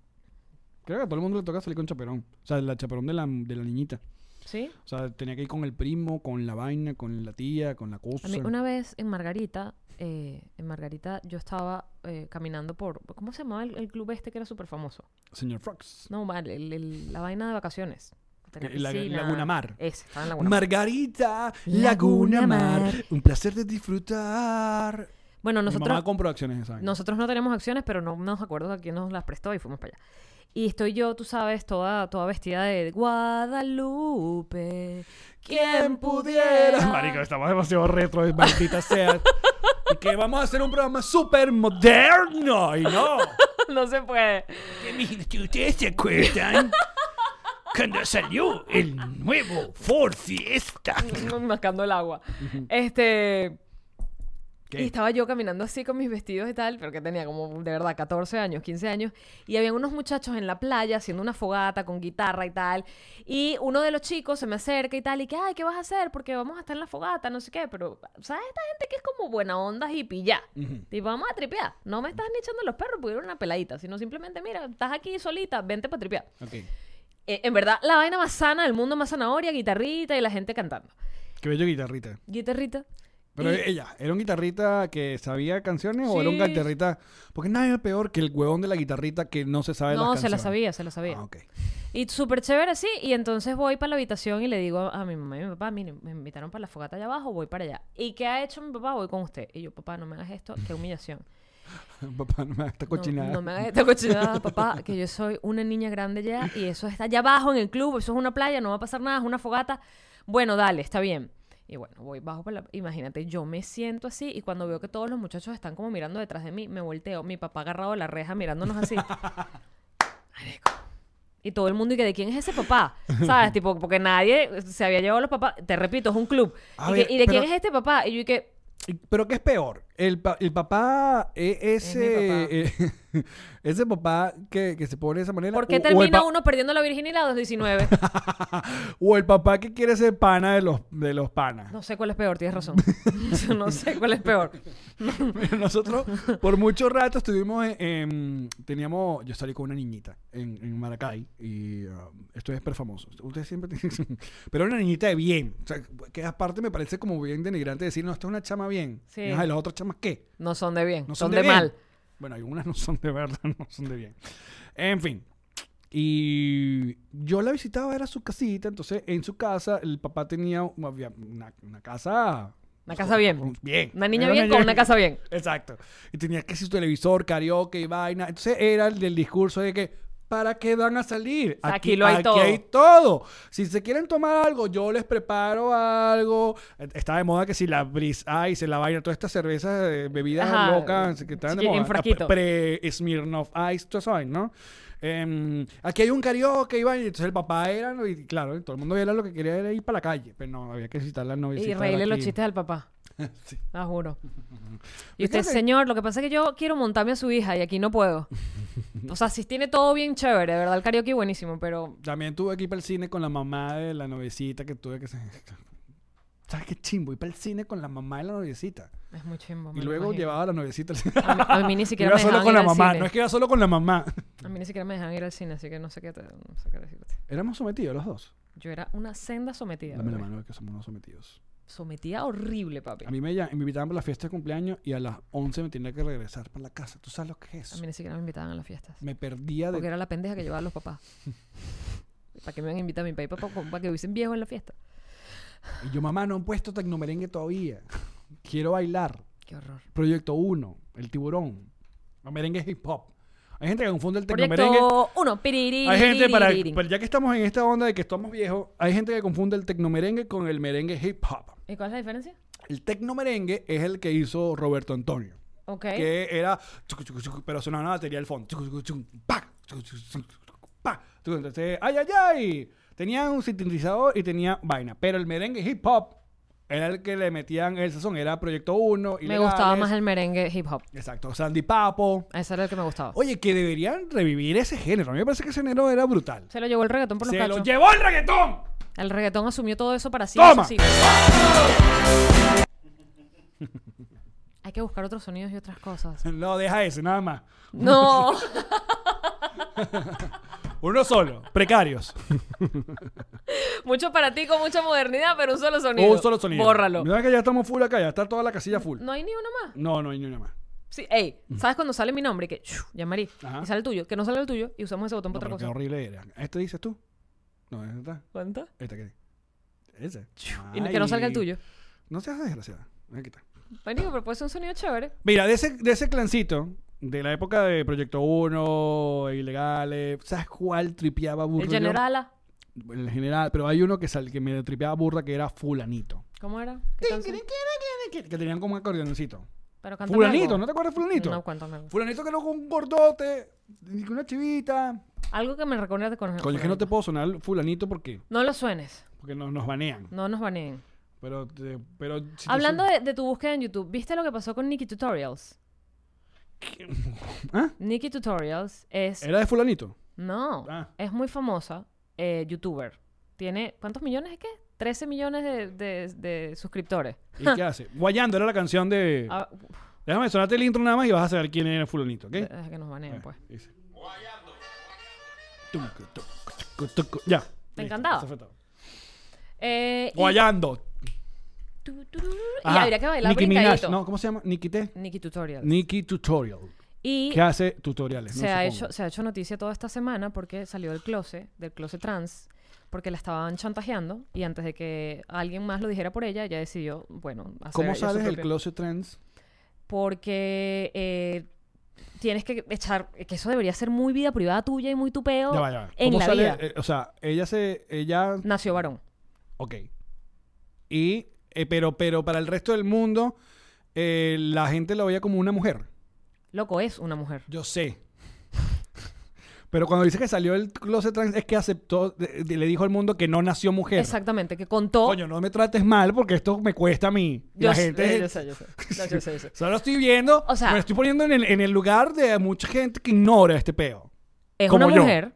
Speaker 1: Creo que a todo el mundo le toca salir con Chaperón. O sea, la Chaperón de la, de la niñita.
Speaker 2: ¿Sí?
Speaker 1: O sea, tenía que ir con el primo, con la vaina, con la tía, con la cosa.
Speaker 2: A mí una vez en Margarita, eh, en Margarita yo estaba eh, caminando por... ¿Cómo se llamaba el, el club este que era súper famoso?
Speaker 1: Señor Fox.
Speaker 2: No, vale, el- el- la vaina de vacaciones. Tenía
Speaker 1: Eh, la-
Speaker 2: piscina.
Speaker 1: Laguna Mar.
Speaker 2: Ese, estaba en Laguna Mar.
Speaker 1: Margarita,
Speaker 2: Laguna
Speaker 1: Laguna Mar.
Speaker 2: Mar.
Speaker 1: Un placer de disfrutar.
Speaker 2: Bueno,
Speaker 1: Nosotros, Mi
Speaker 2: nosotros...
Speaker 1: mamá compró acciones esa vaina.
Speaker 2: Nosotros no tenemos acciones, pero no nos acuerdo a quién nos las prestó y fuimos para allá. Y estoy yo, tú sabes, toda, toda vestida de Guadalupe. [LAUGHS] ¿Quién pudiera?
Speaker 1: Marico, estamos demasiado retro, [LAUGHS] maldita sea. Y que vamos a hacer un programa súper moderno. Y no.
Speaker 2: no se puede. [LAUGHS]
Speaker 1: ¿Ustedes se acuerdan? Cuando salió el nuevo Ford Fiesta.
Speaker 2: Mm, Mascando el agua. Este.
Speaker 1: ¿Qué?
Speaker 2: Y estaba yo caminando así con mis vestidos y tal, pero que tenía como de verdad 14 años, 15 años, y había unos muchachos en la playa haciendo una fogata con guitarra y tal, y uno de los chicos se me acerca y tal, y que, ay, ¿qué vas a hacer? Porque vamos a estar en la fogata, no sé qué, pero, ¿sabes? Esta gente que es como buena onda y ya. Tipo, vamos a tripear, no me estás ni echando los perros porque era una peladita, sino simplemente, mira, estás aquí solita, vente para tripear. Eh, en verdad, la vaina más sana del mundo, más zanahoria, guitarrita y la gente cantando.
Speaker 1: Qué bello guitarrita.
Speaker 2: Guitarrita.
Speaker 1: Pero e-,
Speaker 2: Y-
Speaker 1: ella, ¿era un guitarrita que sabía canciones o era un
Speaker 2: Sí.
Speaker 1: guitarrita? Porque nada es peor que el huevón de la guitarrita que no se sabe Ah, las
Speaker 2: No, se la
Speaker 1: canciones.
Speaker 2: sabía, se la sabía.
Speaker 1: Ah, ok. [LAUGHS]
Speaker 2: Y súper chévere así. Y entonces voy para la habitación y le digo a mi mamá y mi papá, miren, me invitaron para la fogata allá abajo, voy para allá. ¿Y qué ha hecho mi papá? Voy con usted. Y yo, papá, no me hagas esto, qué humillación.
Speaker 1: Papá, no me hagas esta
Speaker 2: No,
Speaker 1: cochinada.
Speaker 2: No, me hagas esta cochinada, [LAUGHS] papá, que yo soy una niña grande ya y eso está allá abajo en el club, eso es una playa, no va a pasar nada, es una fogata. Bueno, dale, está bien. Y bueno, voy bajo para la... Imagínate, yo me siento así y cuando veo que todos los muchachos están como mirando detrás de mí, me volteo, mi papá agarrado a la reja mirándonos
Speaker 1: [LAUGHS]
Speaker 2: así. Marico. Y todo el mundo, y que de quién es ese papá, ¿sabes? tipo, porque nadie se había llevado a los papás. Te repito, es un club.
Speaker 1: A
Speaker 2: Y,
Speaker 1: ver,
Speaker 2: que, ¿y de
Speaker 1: pero-
Speaker 2: quién es este papá? Y yo, y que...
Speaker 1: Y- Pero ¿qué es peor? El, pa- el papá, e- ese,
Speaker 2: Es
Speaker 1: eh, [LAUGHS] ese papá que, que se pone de esa manera.
Speaker 2: ¿Por qué
Speaker 1: o- o el
Speaker 2: termina
Speaker 1: pa-
Speaker 2: uno perdiendo la virginidad a los 19?
Speaker 1: O el papá que quiere ser pana de los, de los panas.
Speaker 2: No sé cuál es peor,
Speaker 1: [LAUGHS]
Speaker 2: tienes razón. Yo no sé cuál es peor.
Speaker 1: Mira, [LAUGHS] Nosotros por mucho rato estuvimos en, en- Teníamos... Yo salí con una niñita en, en Maracay y ah, esto es súper famoso. Ustedes siempre... tienen- Pero era una niñita de bien. O sea, que aparte me parece como bien denigrante decir, no, esta es una chama bien.
Speaker 2: Sí.
Speaker 1: Y, "Ay, las otras chamas qué.
Speaker 2: No son de bien,
Speaker 1: No
Speaker 2: son,
Speaker 1: son
Speaker 2: de,
Speaker 1: de bien.
Speaker 2: mal.
Speaker 1: Bueno, algunas no son de verdad, [LAUGHS] no son de bien. En fin. Y yo la visitaba, era su casita. Entonces, en su casa, el papá tenía un- había una, una casa
Speaker 2: Una casa bien.
Speaker 1: Bien.
Speaker 2: Una niña
Speaker 1: Era
Speaker 2: bien con una casa bien.
Speaker 1: Exacto. Y tenía que ser su televisor, karaoke y vaina. Entonces era el del discurso de que, ¿para qué van a salir?
Speaker 2: Aquí lo hay todo.
Speaker 1: hay todo. Si se quieren tomar algo, yo les preparo algo. Eh, Estaba de moda que si la Breeze Ice, la vaina, todas estas cervezas, eh, bebidas
Speaker 2: Ajá.
Speaker 1: locas que estaban de
Speaker 2: Sí, en
Speaker 1: moda.
Speaker 2: frasquito.
Speaker 1: Pre-Smirnoff Ice, todo eso, ¿no? Em, aquí hay un karaoke y vaina. Entonces el papá era, ¿no? y claro, todo el mundo era lo que quería era ir para la calle, pero no, había que visitar la novia.
Speaker 2: Y reírle los chistes
Speaker 1: [LAUGHS]
Speaker 2: al papá. Ah, juro. Y
Speaker 1: Yo creo
Speaker 2: usted,
Speaker 1: que-
Speaker 2: señor, lo que pasa es que yo quiero montarme a su hija y aquí
Speaker 1: [LAUGHS]
Speaker 2: no puedo. O sea, si tiene todo bien chévere, de verdad, el karaoke buenísimo, pero
Speaker 1: También tuve que ir para el cine con la mamá de la noviecita que tuve que... ¿Sabes qué chimbo? Ir para el cine con la mamá de la noviecita.
Speaker 2: es muy chimbo. me
Speaker 1: y
Speaker 2: lo
Speaker 1: luego
Speaker 2: imagino.
Speaker 1: llevaba a la noviecita al cine.
Speaker 2: A mí, a mí
Speaker 1: [LAUGHS]
Speaker 2: ni siquiera
Speaker 1: Iba
Speaker 2: me
Speaker 1: solo
Speaker 2: dejaban
Speaker 1: con
Speaker 2: ir
Speaker 1: la
Speaker 2: al
Speaker 1: mamá.
Speaker 2: cine.
Speaker 1: No es que iba solo con la mamá. [LAUGHS]
Speaker 2: A mí ni siquiera me dejaban ir al cine, así que no sé qué, te- no sé qué decirte.
Speaker 1: Éramos sometidos los dos.
Speaker 2: Yo era una senda sometida.
Speaker 1: Dame la
Speaker 2: bebé.
Speaker 1: mano que somos unos sometidos.
Speaker 2: Sometida horrible, papi.
Speaker 1: A mí me, llam- me invitaban para la fiesta de cumpleaños y a las 11 me tenía que regresar para la casa. ¿Tú sabes lo que es
Speaker 2: A
Speaker 1: eso?
Speaker 2: mí ni siquiera me invitaban a las fiestas.
Speaker 1: Me perdía
Speaker 2: Porque
Speaker 1: de...
Speaker 2: era la pendeja que llevaba a los [LAUGHS] papás. ¿Para qué me van a invitar a mi papá y papá? Para que hubiesen viejos en la fiesta.
Speaker 1: Y yo, mamá, no han puesto tecnomerengue todavía. [LAUGHS] Quiero bailar.
Speaker 2: Qué horror.
Speaker 1: Proyecto 1, el tiburón. No, merengue es hip hop. Hay gente que confunde el tecnomerengue...
Speaker 2: Proyecto 1. piriri,
Speaker 1: Hay gente, para,
Speaker 2: piriri.
Speaker 1: pero ya que estamos en esta onda de que estamos viejos, hay gente que confunde el tecnomerengue con el merengue hip hop.
Speaker 2: ¿Y cuál es la diferencia?
Speaker 1: El tecnomerengue es el que hizo Roberto Antonio,
Speaker 2: Ok.
Speaker 1: que era, chucu, chucu, chucu, pero sonaba una batería al fondo. Chucu, chucu, chucu, pa, chucu, chucu, chucu, chucu, pa. Chucu, Entonces, ay, ay, ay. Tenía un sintetizador y tenía vaina, pero el merengue hip hop era el que le metían el sazón, era Proyecto 1.
Speaker 2: Me gustaba más el merengue hip hop.
Speaker 1: Exacto, Sandy Papo.
Speaker 2: Ese era el que me gustaba.
Speaker 1: Oye, que deberían revivir ese género. A mí me parece que ese género era brutal.
Speaker 2: Se lo llevó el reggaetón por los
Speaker 1: Se
Speaker 2: cachos.
Speaker 1: lo llevó el reggaetón. [LAUGHS]
Speaker 2: El reggaetón asumió todo eso para sí.
Speaker 1: ¡Toma! [LAUGHS]
Speaker 2: eso sí. Hay que buscar otros sonidos y otras
Speaker 1: [LAUGHS]
Speaker 2: cosas.
Speaker 1: No, deja ese, nada más.
Speaker 2: No.
Speaker 1: Uno
Speaker 2: [LAUGHS]
Speaker 1: solo, precarios.
Speaker 2: mucho para ti con mucha modernidad, pero un solo sonido.
Speaker 1: O un solo sonido.
Speaker 2: Bórralo.
Speaker 1: Mira que ya estamos full acá, ya está toda la casilla full.
Speaker 2: No hay ni uno más.
Speaker 1: No, no hay ni una más.
Speaker 2: Sí, ey,
Speaker 1: Mm.
Speaker 2: ¿sabes cuando sale mi nombre? Que shoo, llamarí.
Speaker 1: Ajá.
Speaker 2: Y sale el tuyo, que no sale el tuyo, y usamos ese botón
Speaker 1: Ah. No,
Speaker 2: para
Speaker 1: pero qué
Speaker 2: otra cosa.
Speaker 1: horrible era. ¿Este dices tú? No, esta está.
Speaker 2: ¿Cuánto?
Speaker 1: Esta que. Ese.
Speaker 2: Y que no salga el
Speaker 1: Ay.
Speaker 2: tuyo.
Speaker 1: No seas desgraciada. Aquí está.
Speaker 2: Marico, pero puede ser un sonido chévere.
Speaker 1: Mira, de ese, de ese clancito, de la época de Proyecto 1, Ilegales, ¿sabes cuál tripeaba burro?
Speaker 2: El
Speaker 1: yo?
Speaker 2: generala.
Speaker 1: El general, pero hay uno que, sal, que me tripeaba burra que era Fulanito.
Speaker 2: ¿Cómo era? ¿Qué canción?
Speaker 1: Que tenían como un acordeoncito.
Speaker 2: Pero cántame
Speaker 1: Fulanito,
Speaker 2: algo.
Speaker 1: ¿no te acuerdas de Fulanito?
Speaker 2: No, cuéntame algo.
Speaker 1: Fulanito que era un gordote, ni que una chivita.
Speaker 2: Algo que me recuerde con
Speaker 1: Coño, es que no te puedo sonar fulanito porque,
Speaker 2: No lo suenes.
Speaker 1: porque nos, nos banean.
Speaker 2: No nos baneen.
Speaker 1: Pero, te- pero si tú
Speaker 2: Mm. Hablando
Speaker 1: su-
Speaker 2: de, de tu búsqueda en YouTube, ¿viste lo que pasó con Nikki Tutorials?
Speaker 1: ¿Ah?
Speaker 2: Nikki Tutorials es...
Speaker 1: [LAUGHS] ¿Era de fulanito?
Speaker 2: No,
Speaker 1: Ah.
Speaker 2: es muy famosa eh, youtuber. Tiene... ¿Cuántos millones es que? 13 millones de, de- de suscriptores.
Speaker 1: ¿Y
Speaker 2: [LAUGHS]
Speaker 1: qué hace? Guayando era la canción de...
Speaker 2: Ah,
Speaker 1: Déjame sonarte el intro nada más y vas a saber quién era fulanito, ¿ok?
Speaker 2: deja que nos baneen, pues.
Speaker 1: Dice. Tuncu, tuncu, tuncu, tuncu. Ya. Listo,
Speaker 2: encantaba.
Speaker 1: eso fue todo.
Speaker 2: Eh, y-
Speaker 1: Guayando.
Speaker 2: tu, tu, tu, tu, y
Speaker 1: Ajá.
Speaker 2: habría que bailar
Speaker 1: Nicki Minaj,
Speaker 2: brincadito.
Speaker 1: No, ¿cómo se llama? Nikki T.
Speaker 2: Nikki Tutorials.
Speaker 1: Nikki Tutorial.
Speaker 2: y
Speaker 1: Que hace tutoriales.
Speaker 2: se,
Speaker 1: ¿no?
Speaker 2: ha
Speaker 1: Supongo.
Speaker 2: hecho, se ha hecho noticia toda esta semana porque salió del closet, del closet trans, porque la estaban chantajeando y antes de que alguien más lo dijera por ella, ella decidió, bueno, hacer
Speaker 1: ¿Cómo
Speaker 2: ella su
Speaker 1: sales del
Speaker 2: propio-
Speaker 1: closet trends?
Speaker 2: Porque eh, tienes que echar, que eso debería ser muy vida privada tuya y muy tu peo
Speaker 1: Ya va, ya va.
Speaker 2: en
Speaker 1: ¿Cómo
Speaker 2: la
Speaker 1: sale?
Speaker 2: vida.
Speaker 1: Eh, o sea, ella se... Ella
Speaker 2: Nació varón.
Speaker 1: Ok. Y, eh, pero, pero para el resto del mundo, eh, la gente la veía como una mujer.
Speaker 2: Loco, es una mujer.
Speaker 1: Yo sé. [LAUGHS] pero cuando dice que salió el closet trans, es que aceptó, de- de- le dijo al mundo que no nació mujer.
Speaker 2: Exactamente, que contó...
Speaker 1: Coño, no me trates mal porque esto me cuesta a mí.
Speaker 2: yo,
Speaker 1: la
Speaker 2: sé-
Speaker 1: gente.
Speaker 2: yo sé, yo sé. No, yo sé, yo sé.
Speaker 1: Solo estoy viendo,
Speaker 2: O sea-
Speaker 1: me estoy poniendo en el, en el lugar de mucha gente que ignora este peo.
Speaker 2: Es
Speaker 1: Como
Speaker 2: una
Speaker 1: yo.
Speaker 2: mujer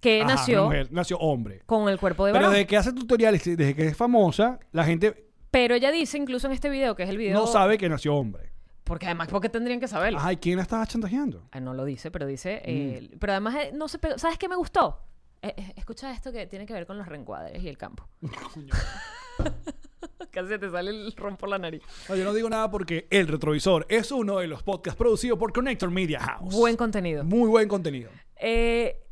Speaker 2: que
Speaker 1: Ajá,
Speaker 2: nació
Speaker 1: una mujer, nació hombre.
Speaker 2: con el cuerpo de
Speaker 1: Pero
Speaker 2: varón.
Speaker 1: desde que hace tutoriales, y desde que es famosa, la gente
Speaker 2: Pero ella dice incluso en este video, que es el video...
Speaker 1: no sabe que nació hombre.
Speaker 2: Porque además, ¿por qué tendrían que saberlo?
Speaker 1: Ay, ¿quién la estaba chantajeando?
Speaker 2: Ah, no lo dice, pero dice...
Speaker 1: Mm.
Speaker 2: eh, Pero además, eh, no se pegó. ¿Sabes qué me gustó? Eh, eh, escucha esto que tiene que ver con los reencuadres y el
Speaker 1: [LAUGHS]
Speaker 2: campo. [LAUGHS] Casi te sale el ron por la nariz.
Speaker 1: No, yo no digo nada porque El Retrovisor es uno de los podcasts producidos por Connector Media House.
Speaker 2: Buen contenido.
Speaker 1: Muy buen contenido.
Speaker 2: Eh,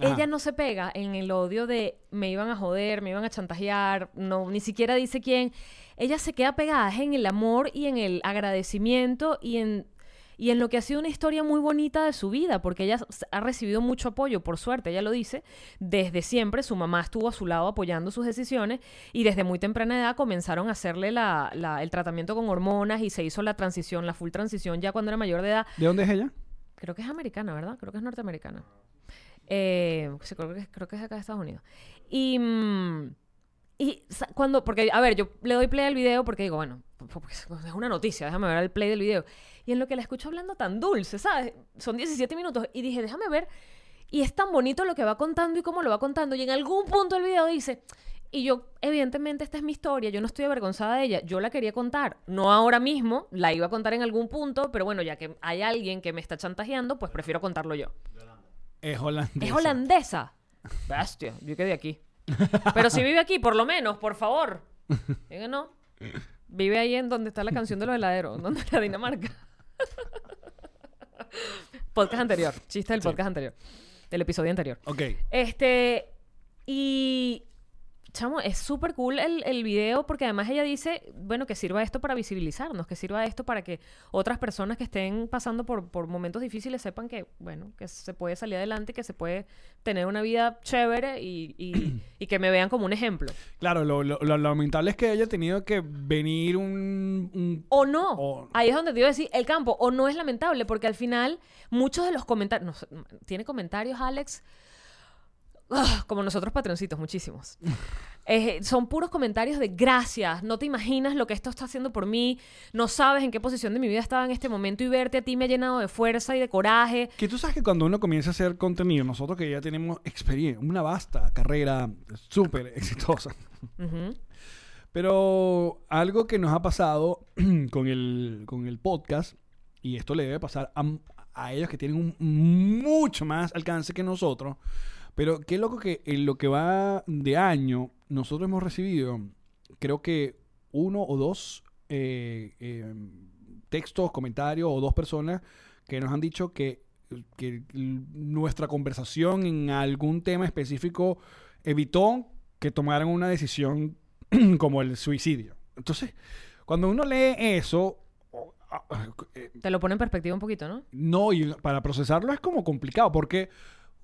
Speaker 1: Ajá.
Speaker 2: Ella no se pega en el odio de me iban a joder, me iban a chantajear, no, ni siquiera dice quién. Ella se queda pegada es en el amor y en el agradecimiento y en, y en lo que ha sido una historia muy bonita de su vida, porque ella s- ha recibido mucho apoyo, por suerte, ella lo dice, desde siempre su mamá estuvo a su lado apoyando sus decisiones y desde muy temprana edad comenzaron a hacerle la- la- el tratamiento con hormonas y se hizo la transición, la full transición ya cuando era mayor de edad
Speaker 1: ¿De dónde es ella?
Speaker 2: creo que es americana, ¿verdad? Creo que es norteamericana. Eh, sí, creo, que, creo que es acá de Estados Unidos. Y, mm, y sa- cuando, porque, a ver, yo le doy play al video porque digo, bueno, po- po- porque es una noticia, déjame ver el play del video. Y en lo que la escucho hablando tan dulce, ¿sabes? Son 17 minutos y dije, déjame ver. Y es tan bonito lo que va contando y cómo lo va contando. Y en algún punto del video dice, y yo, evidentemente, esta es mi historia, yo no estoy avergonzada de ella, yo la quería contar, no ahora mismo, la iba a contar en algún punto, pero bueno, ya que hay alguien que me está chantajeando, pues prefiero contarlo yo.
Speaker 1: Es holandesa.
Speaker 2: Es holandesa. Bestia, yo quedé aquí. Pero si vive aquí, por lo menos, por favor. Diga no. Vive ahí en donde está la canción de los heladeros, donde la Dinamarca. [LAUGHS] podcast anterior, chiste del podcast anterior, del episodio anterior.
Speaker 1: Ok.
Speaker 2: Este, y chamo, es súper cool el, el video porque además ella dice, bueno, que sirva esto para visibilizarnos, que sirva esto para que otras personas que estén pasando por, por momentos difíciles sepan que, bueno, que se puede salir adelante, que se puede tener una vida chévere y, y- y que me vean como un ejemplo.
Speaker 1: Claro, lo, lo- lo lamentable es que haya tenido que venir un... un-
Speaker 2: O no.
Speaker 1: O-
Speaker 2: Ahí es donde te iba a decir el campo. O no es lamentable, porque al final muchos de los comentarios. no sé, Tiene comentarios, Alex. Ugh, como nosotros,
Speaker 1: [LAUGHS]
Speaker 2: patroncitos, muchísimos. Eh, son puros comentarios de gracias, no te imaginas lo que esto está haciendo por mí, no sabes en qué posición de mi vida estaba en este momento y verte a ti me ha llenado de fuerza y de coraje.
Speaker 1: Que tú sabes que cuando uno comienza a hacer contenido, nosotros que ya tenemos experiencia, una vasta carrera súper exitosa.
Speaker 2: Ujú.
Speaker 1: Pero algo que nos ha pasado [CLEARS THROAT] con el, con el podcast, y esto le debe pasar a, a ellos que tienen un mucho más alcance que nosotros, pero qué loco que en lo que va de año, nosotros hemos recibido, creo que uno o dos eh, eh, textos, comentarios o dos personas que nos han dicho que, que l- nuestra conversación en algún tema específico evitó que tomaran una decisión [CLEARS THROAT] como el suicidio. Entonces, cuando uno lee eso, o- a- eh,
Speaker 2: Te lo pone en perspectiva un poquito, ¿no?
Speaker 1: no, y para procesarlo es como complicado, porque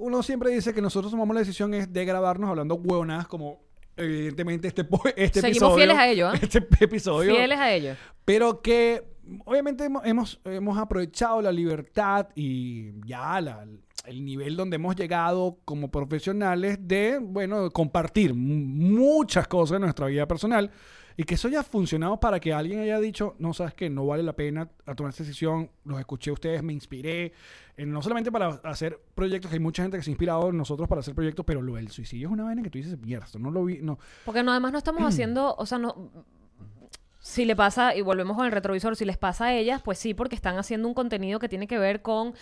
Speaker 1: uno siempre dice que nosotros tomamos la decisión es de grabarnos hablando huevonadas, como evidentemente este, po- este
Speaker 2: Seguimos
Speaker 1: episodio.
Speaker 2: fieles a ello, ¿ah?
Speaker 1: [LAUGHS] Este episodio.
Speaker 2: Fieles a ellos.
Speaker 1: Pero que obviamente hemo- hemos, hemos aprovechado la libertad y ya la- el nivel donde hemos llegado como profesionales de, bueno, compartir mu- muchas cosas de nuestra vida personal y que eso haya funcionado para que alguien haya dicho, no sabes que no vale la pena a tomar esta decisión, los escuché a ustedes, me inspiré, eh, no solamente para hacer proyectos, que hay mucha gente que se ha inspirado en nosotros para hacer proyectos, pero lo del suicidio es una vaina que tú dices, mierda, esto no lo vi, no,
Speaker 2: Porque no, además no estamos
Speaker 1: Mm.
Speaker 2: haciendo, o sea, no... Si le pasa, y volvemos con el retrovisor, si les pasa a ellas, pues sí, porque están haciendo un contenido que tiene que ver con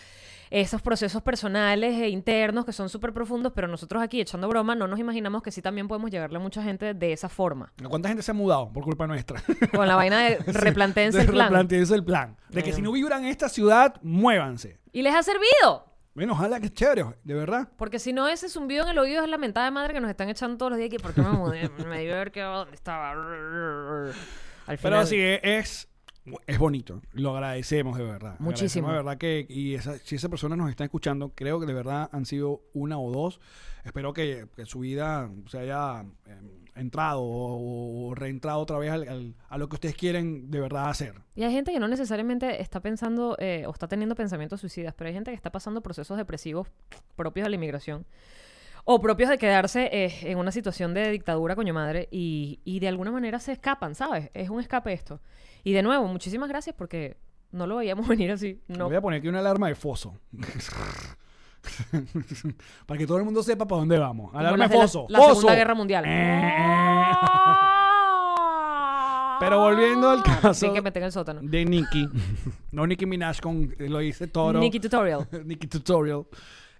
Speaker 2: esos procesos personales e internos que son súper profundos, pero nosotros aquí, echando broma, no nos imaginamos que sí también podemos llegarle a mucha gente de esa forma.
Speaker 1: ¿cuánta gente se ha mudado por culpa nuestra?
Speaker 2: Con la vaina
Speaker 1: [LAUGHS]
Speaker 2: de replanteense el plan.
Speaker 1: Replanteense el plan. De que si no vibran en esta ciudad, muévanse.
Speaker 2: Y les ha servido.
Speaker 1: Bueno, ojalá que chévere, de verdad.
Speaker 2: Porque si no, ese zumbido en el oído es la mentada de madre que nos están echando todos los días. Que, ¿Por qué me mudé? [LAUGHS] Me debí haber quedado donde estaba. Al
Speaker 1: Pero
Speaker 2: final,
Speaker 1: sí, es, es bonito. Lo agradecemos, de verdad.
Speaker 2: Muchísimo.
Speaker 1: Agradecemos, De verdad que, y esa- si esa persona nos está escuchando, creo que de verdad han sido una o dos. Espero que, que su vida se haya eh, entrado o, o reentrado otra vez al- al- a lo que ustedes quieren de verdad hacer.
Speaker 2: Y hay gente que no necesariamente está pensando eh, o está teniendo pensamientos suicidas, pero hay gente que está pasando procesos depresivos propios de la inmigración o propios de quedarse eh, en una situación de dictadura, coño madre, y, y de alguna manera se escapan, ¿sabes? Es un escape esto. Y de nuevo, muchísimas gracias porque no lo veíamos [LAUGHS] venir así. No.
Speaker 1: Voy a poner aquí una alarma de foso. [LAUGHS] para que todo el mundo sepa para dónde vamos.
Speaker 2: Como
Speaker 1: Alarma
Speaker 2: las
Speaker 1: de
Speaker 2: de la-
Speaker 1: foso.
Speaker 2: La,
Speaker 1: ¡Foso! Eh.
Speaker 2: Segunda Guerra Mundial. [LAUGHS]
Speaker 1: Pero volviendo al caso
Speaker 2: Sin que meter en el sótano.
Speaker 1: de Nicky, no Nicky Minaj con eh, lo dice Toro, [LAUGHS]
Speaker 2: Nikki Tutorial.
Speaker 1: Nicky Tutorial.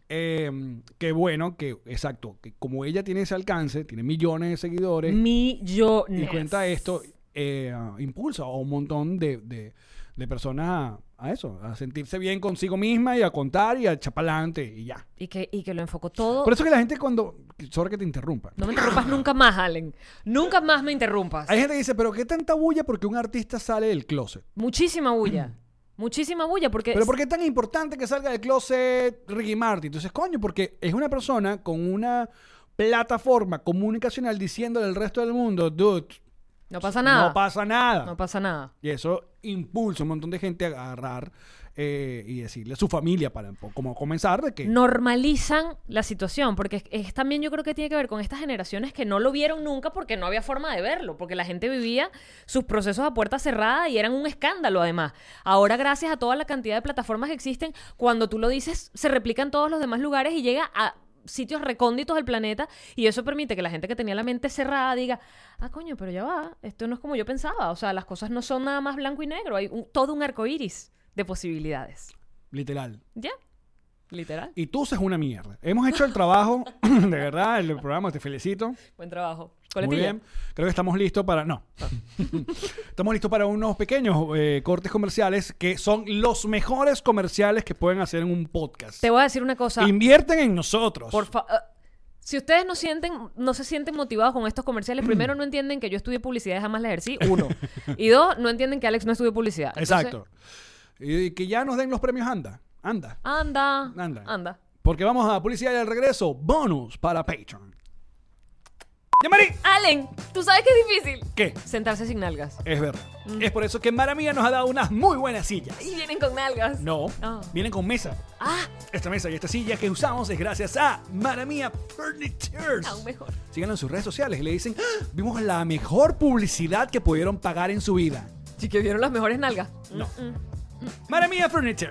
Speaker 1: Eh, qué bueno que, exacto, que como ella tiene ese alcance, tiene millones de seguidores
Speaker 2: Millones.
Speaker 1: y cuenta esto, eh, impulsa a un montón de, de- de personas a, A eso, a sentirse bien consigo misma y a contar y a echar pa'lante y ya.
Speaker 2: Y que, y que lo enfocó todo.
Speaker 1: Por eso que la gente cuando... Sorry que te interrumpa.
Speaker 2: Oh. No me interrumpas nunca más, Allen. Nunca más me interrumpas.
Speaker 1: Hay gente que dice, pero ¿qué tanta bulla porque un artista sale del closet?
Speaker 2: Muchísima bulla. Muchísima bulla porque...
Speaker 1: Pero ¿por qué es tan importante que salga del closet Ricky Martin? Entonces, coño, porque es una persona con una plataforma comunicacional diciéndole al resto del mundo, dude,
Speaker 2: No pasa nada.
Speaker 1: no pasa nada.
Speaker 2: No pasa nada.
Speaker 1: y eso impulsa a un montón de gente a agarrar eh, y decirle a su familia para po- como comenzar de que
Speaker 2: normalizan la situación, porque es, es también yo creo que tiene que ver con estas generaciones que no lo vieron nunca porque no había forma de verlo, porque la gente vivía sus procesos a puerta cerrada y eran un escándalo además. Ahora gracias a toda la cantidad de plataformas que existen, cuando tú lo dices se replica en todos los demás lugares y llega a sitios recónditos del planeta y eso permite que la gente que tenía la mente cerrada diga, ah coño, pero ya va, esto no es como yo pensaba, o sea, las cosas no son nada más blanco y negro, hay un- todo un arco iris de posibilidades.
Speaker 1: literal.
Speaker 2: ¿Ya? Literal.
Speaker 1: Y tú es una mierda. Hemos hecho el trabajo, [LAUGHS] de verdad, el programa, te felicito.
Speaker 2: Buen trabajo.
Speaker 1: Muy
Speaker 2: Coletilla.
Speaker 1: bien. Creo que estamos listos para.
Speaker 2: [LAUGHS]
Speaker 1: No. estamos listos para unos pequeños eh, cortes comerciales que son los mejores comerciales que pueden hacer en un podcast.
Speaker 2: Te voy a decir una cosa.
Speaker 1: Invierten en nosotros.
Speaker 2: Por fa- ah, si ustedes no sienten, no se sienten motivados con
Speaker 1: [CLEARS THROAT]
Speaker 2: estos comerciales, primero no entienden que yo estudié publicidad y jamás la ejercí, uno. y dos, no entienden que Alex no estudió publicidad. Entonces,
Speaker 1: Exacto. Y que ya nos den los premios, anda. Anda.
Speaker 2: Anda.
Speaker 1: Anda.
Speaker 2: Anda.
Speaker 1: Porque vamos a publicidad y al regreso, bonus para Patreon. ¡Yamari!
Speaker 2: Allen, tú sabes que es difícil.
Speaker 1: ¿Qué?
Speaker 2: Sentarse sin nalgas.
Speaker 1: Es verdad.
Speaker 2: Mm.
Speaker 1: Es por eso que Maramía nos ha dado unas muy buenas sillas.
Speaker 2: Y vienen con nalgas.
Speaker 1: No,
Speaker 2: Ah.
Speaker 1: vienen con mesa.
Speaker 2: Ah,
Speaker 1: Esta mesa y esta silla que usamos es gracias a Maramía Furniture.
Speaker 2: aún mejor.
Speaker 1: Síganlo en sus redes sociales y le dicen, "Ah, vimos la mejor publicidad que pudieron pagar en su vida.
Speaker 2: Sí que vieron las mejores nalgas.
Speaker 1: No.
Speaker 2: mm,
Speaker 1: Maramía Furniture.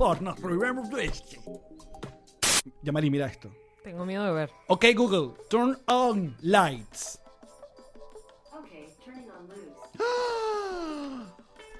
Speaker 1: por nos Remember Bridge. Yamari, mira esto.
Speaker 2: Tengo miedo de ver.
Speaker 1: Ok, Google, turn on lights. [GASPS]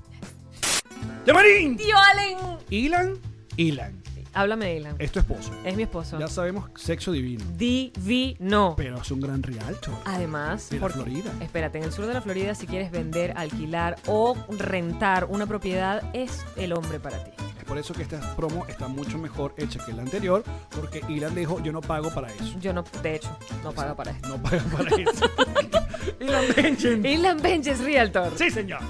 Speaker 1: ¡Llamarín!
Speaker 2: ¡Tío Allen!
Speaker 1: Ilan, Ilan,
Speaker 2: Háblame de Ilan.
Speaker 1: es tu esposo.
Speaker 2: Es mi esposo.
Speaker 1: Ya sabemos, sexo divino.
Speaker 2: Divino.
Speaker 1: Pero es un gran rialto.
Speaker 2: Además,
Speaker 1: De la
Speaker 2: por-
Speaker 1: Florida.
Speaker 2: Espérate, en el sur de la Florida, si quieres vender, alquilar o rentar una propiedad, es el hombre para ti.
Speaker 1: Es por eso que esta promo está mucho mejor hecha que la anterior, porque Ilan dijo, yo no pago para eso.
Speaker 2: Yo no, de hecho, no pago para esto.
Speaker 1: No paga para [LAUGHS] eso. Ilan Benjen.
Speaker 2: Inland Bench es Realtor.
Speaker 1: Sí, señor.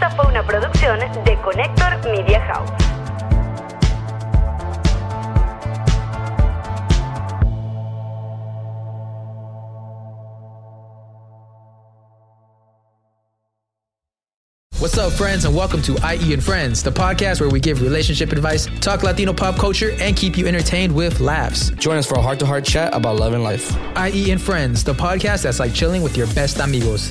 Speaker 3: Esta fue una producción de Connector Media House.
Speaker 4: What's up, friends, and welcome to IE and Friends, the podcast where we give relationship advice, talk Latino pop culture, and keep you entertained with laughs.
Speaker 5: Join us for a heart to heart chat about love and life.
Speaker 4: IE and Friends, the podcast that's like chilling with your best amigos.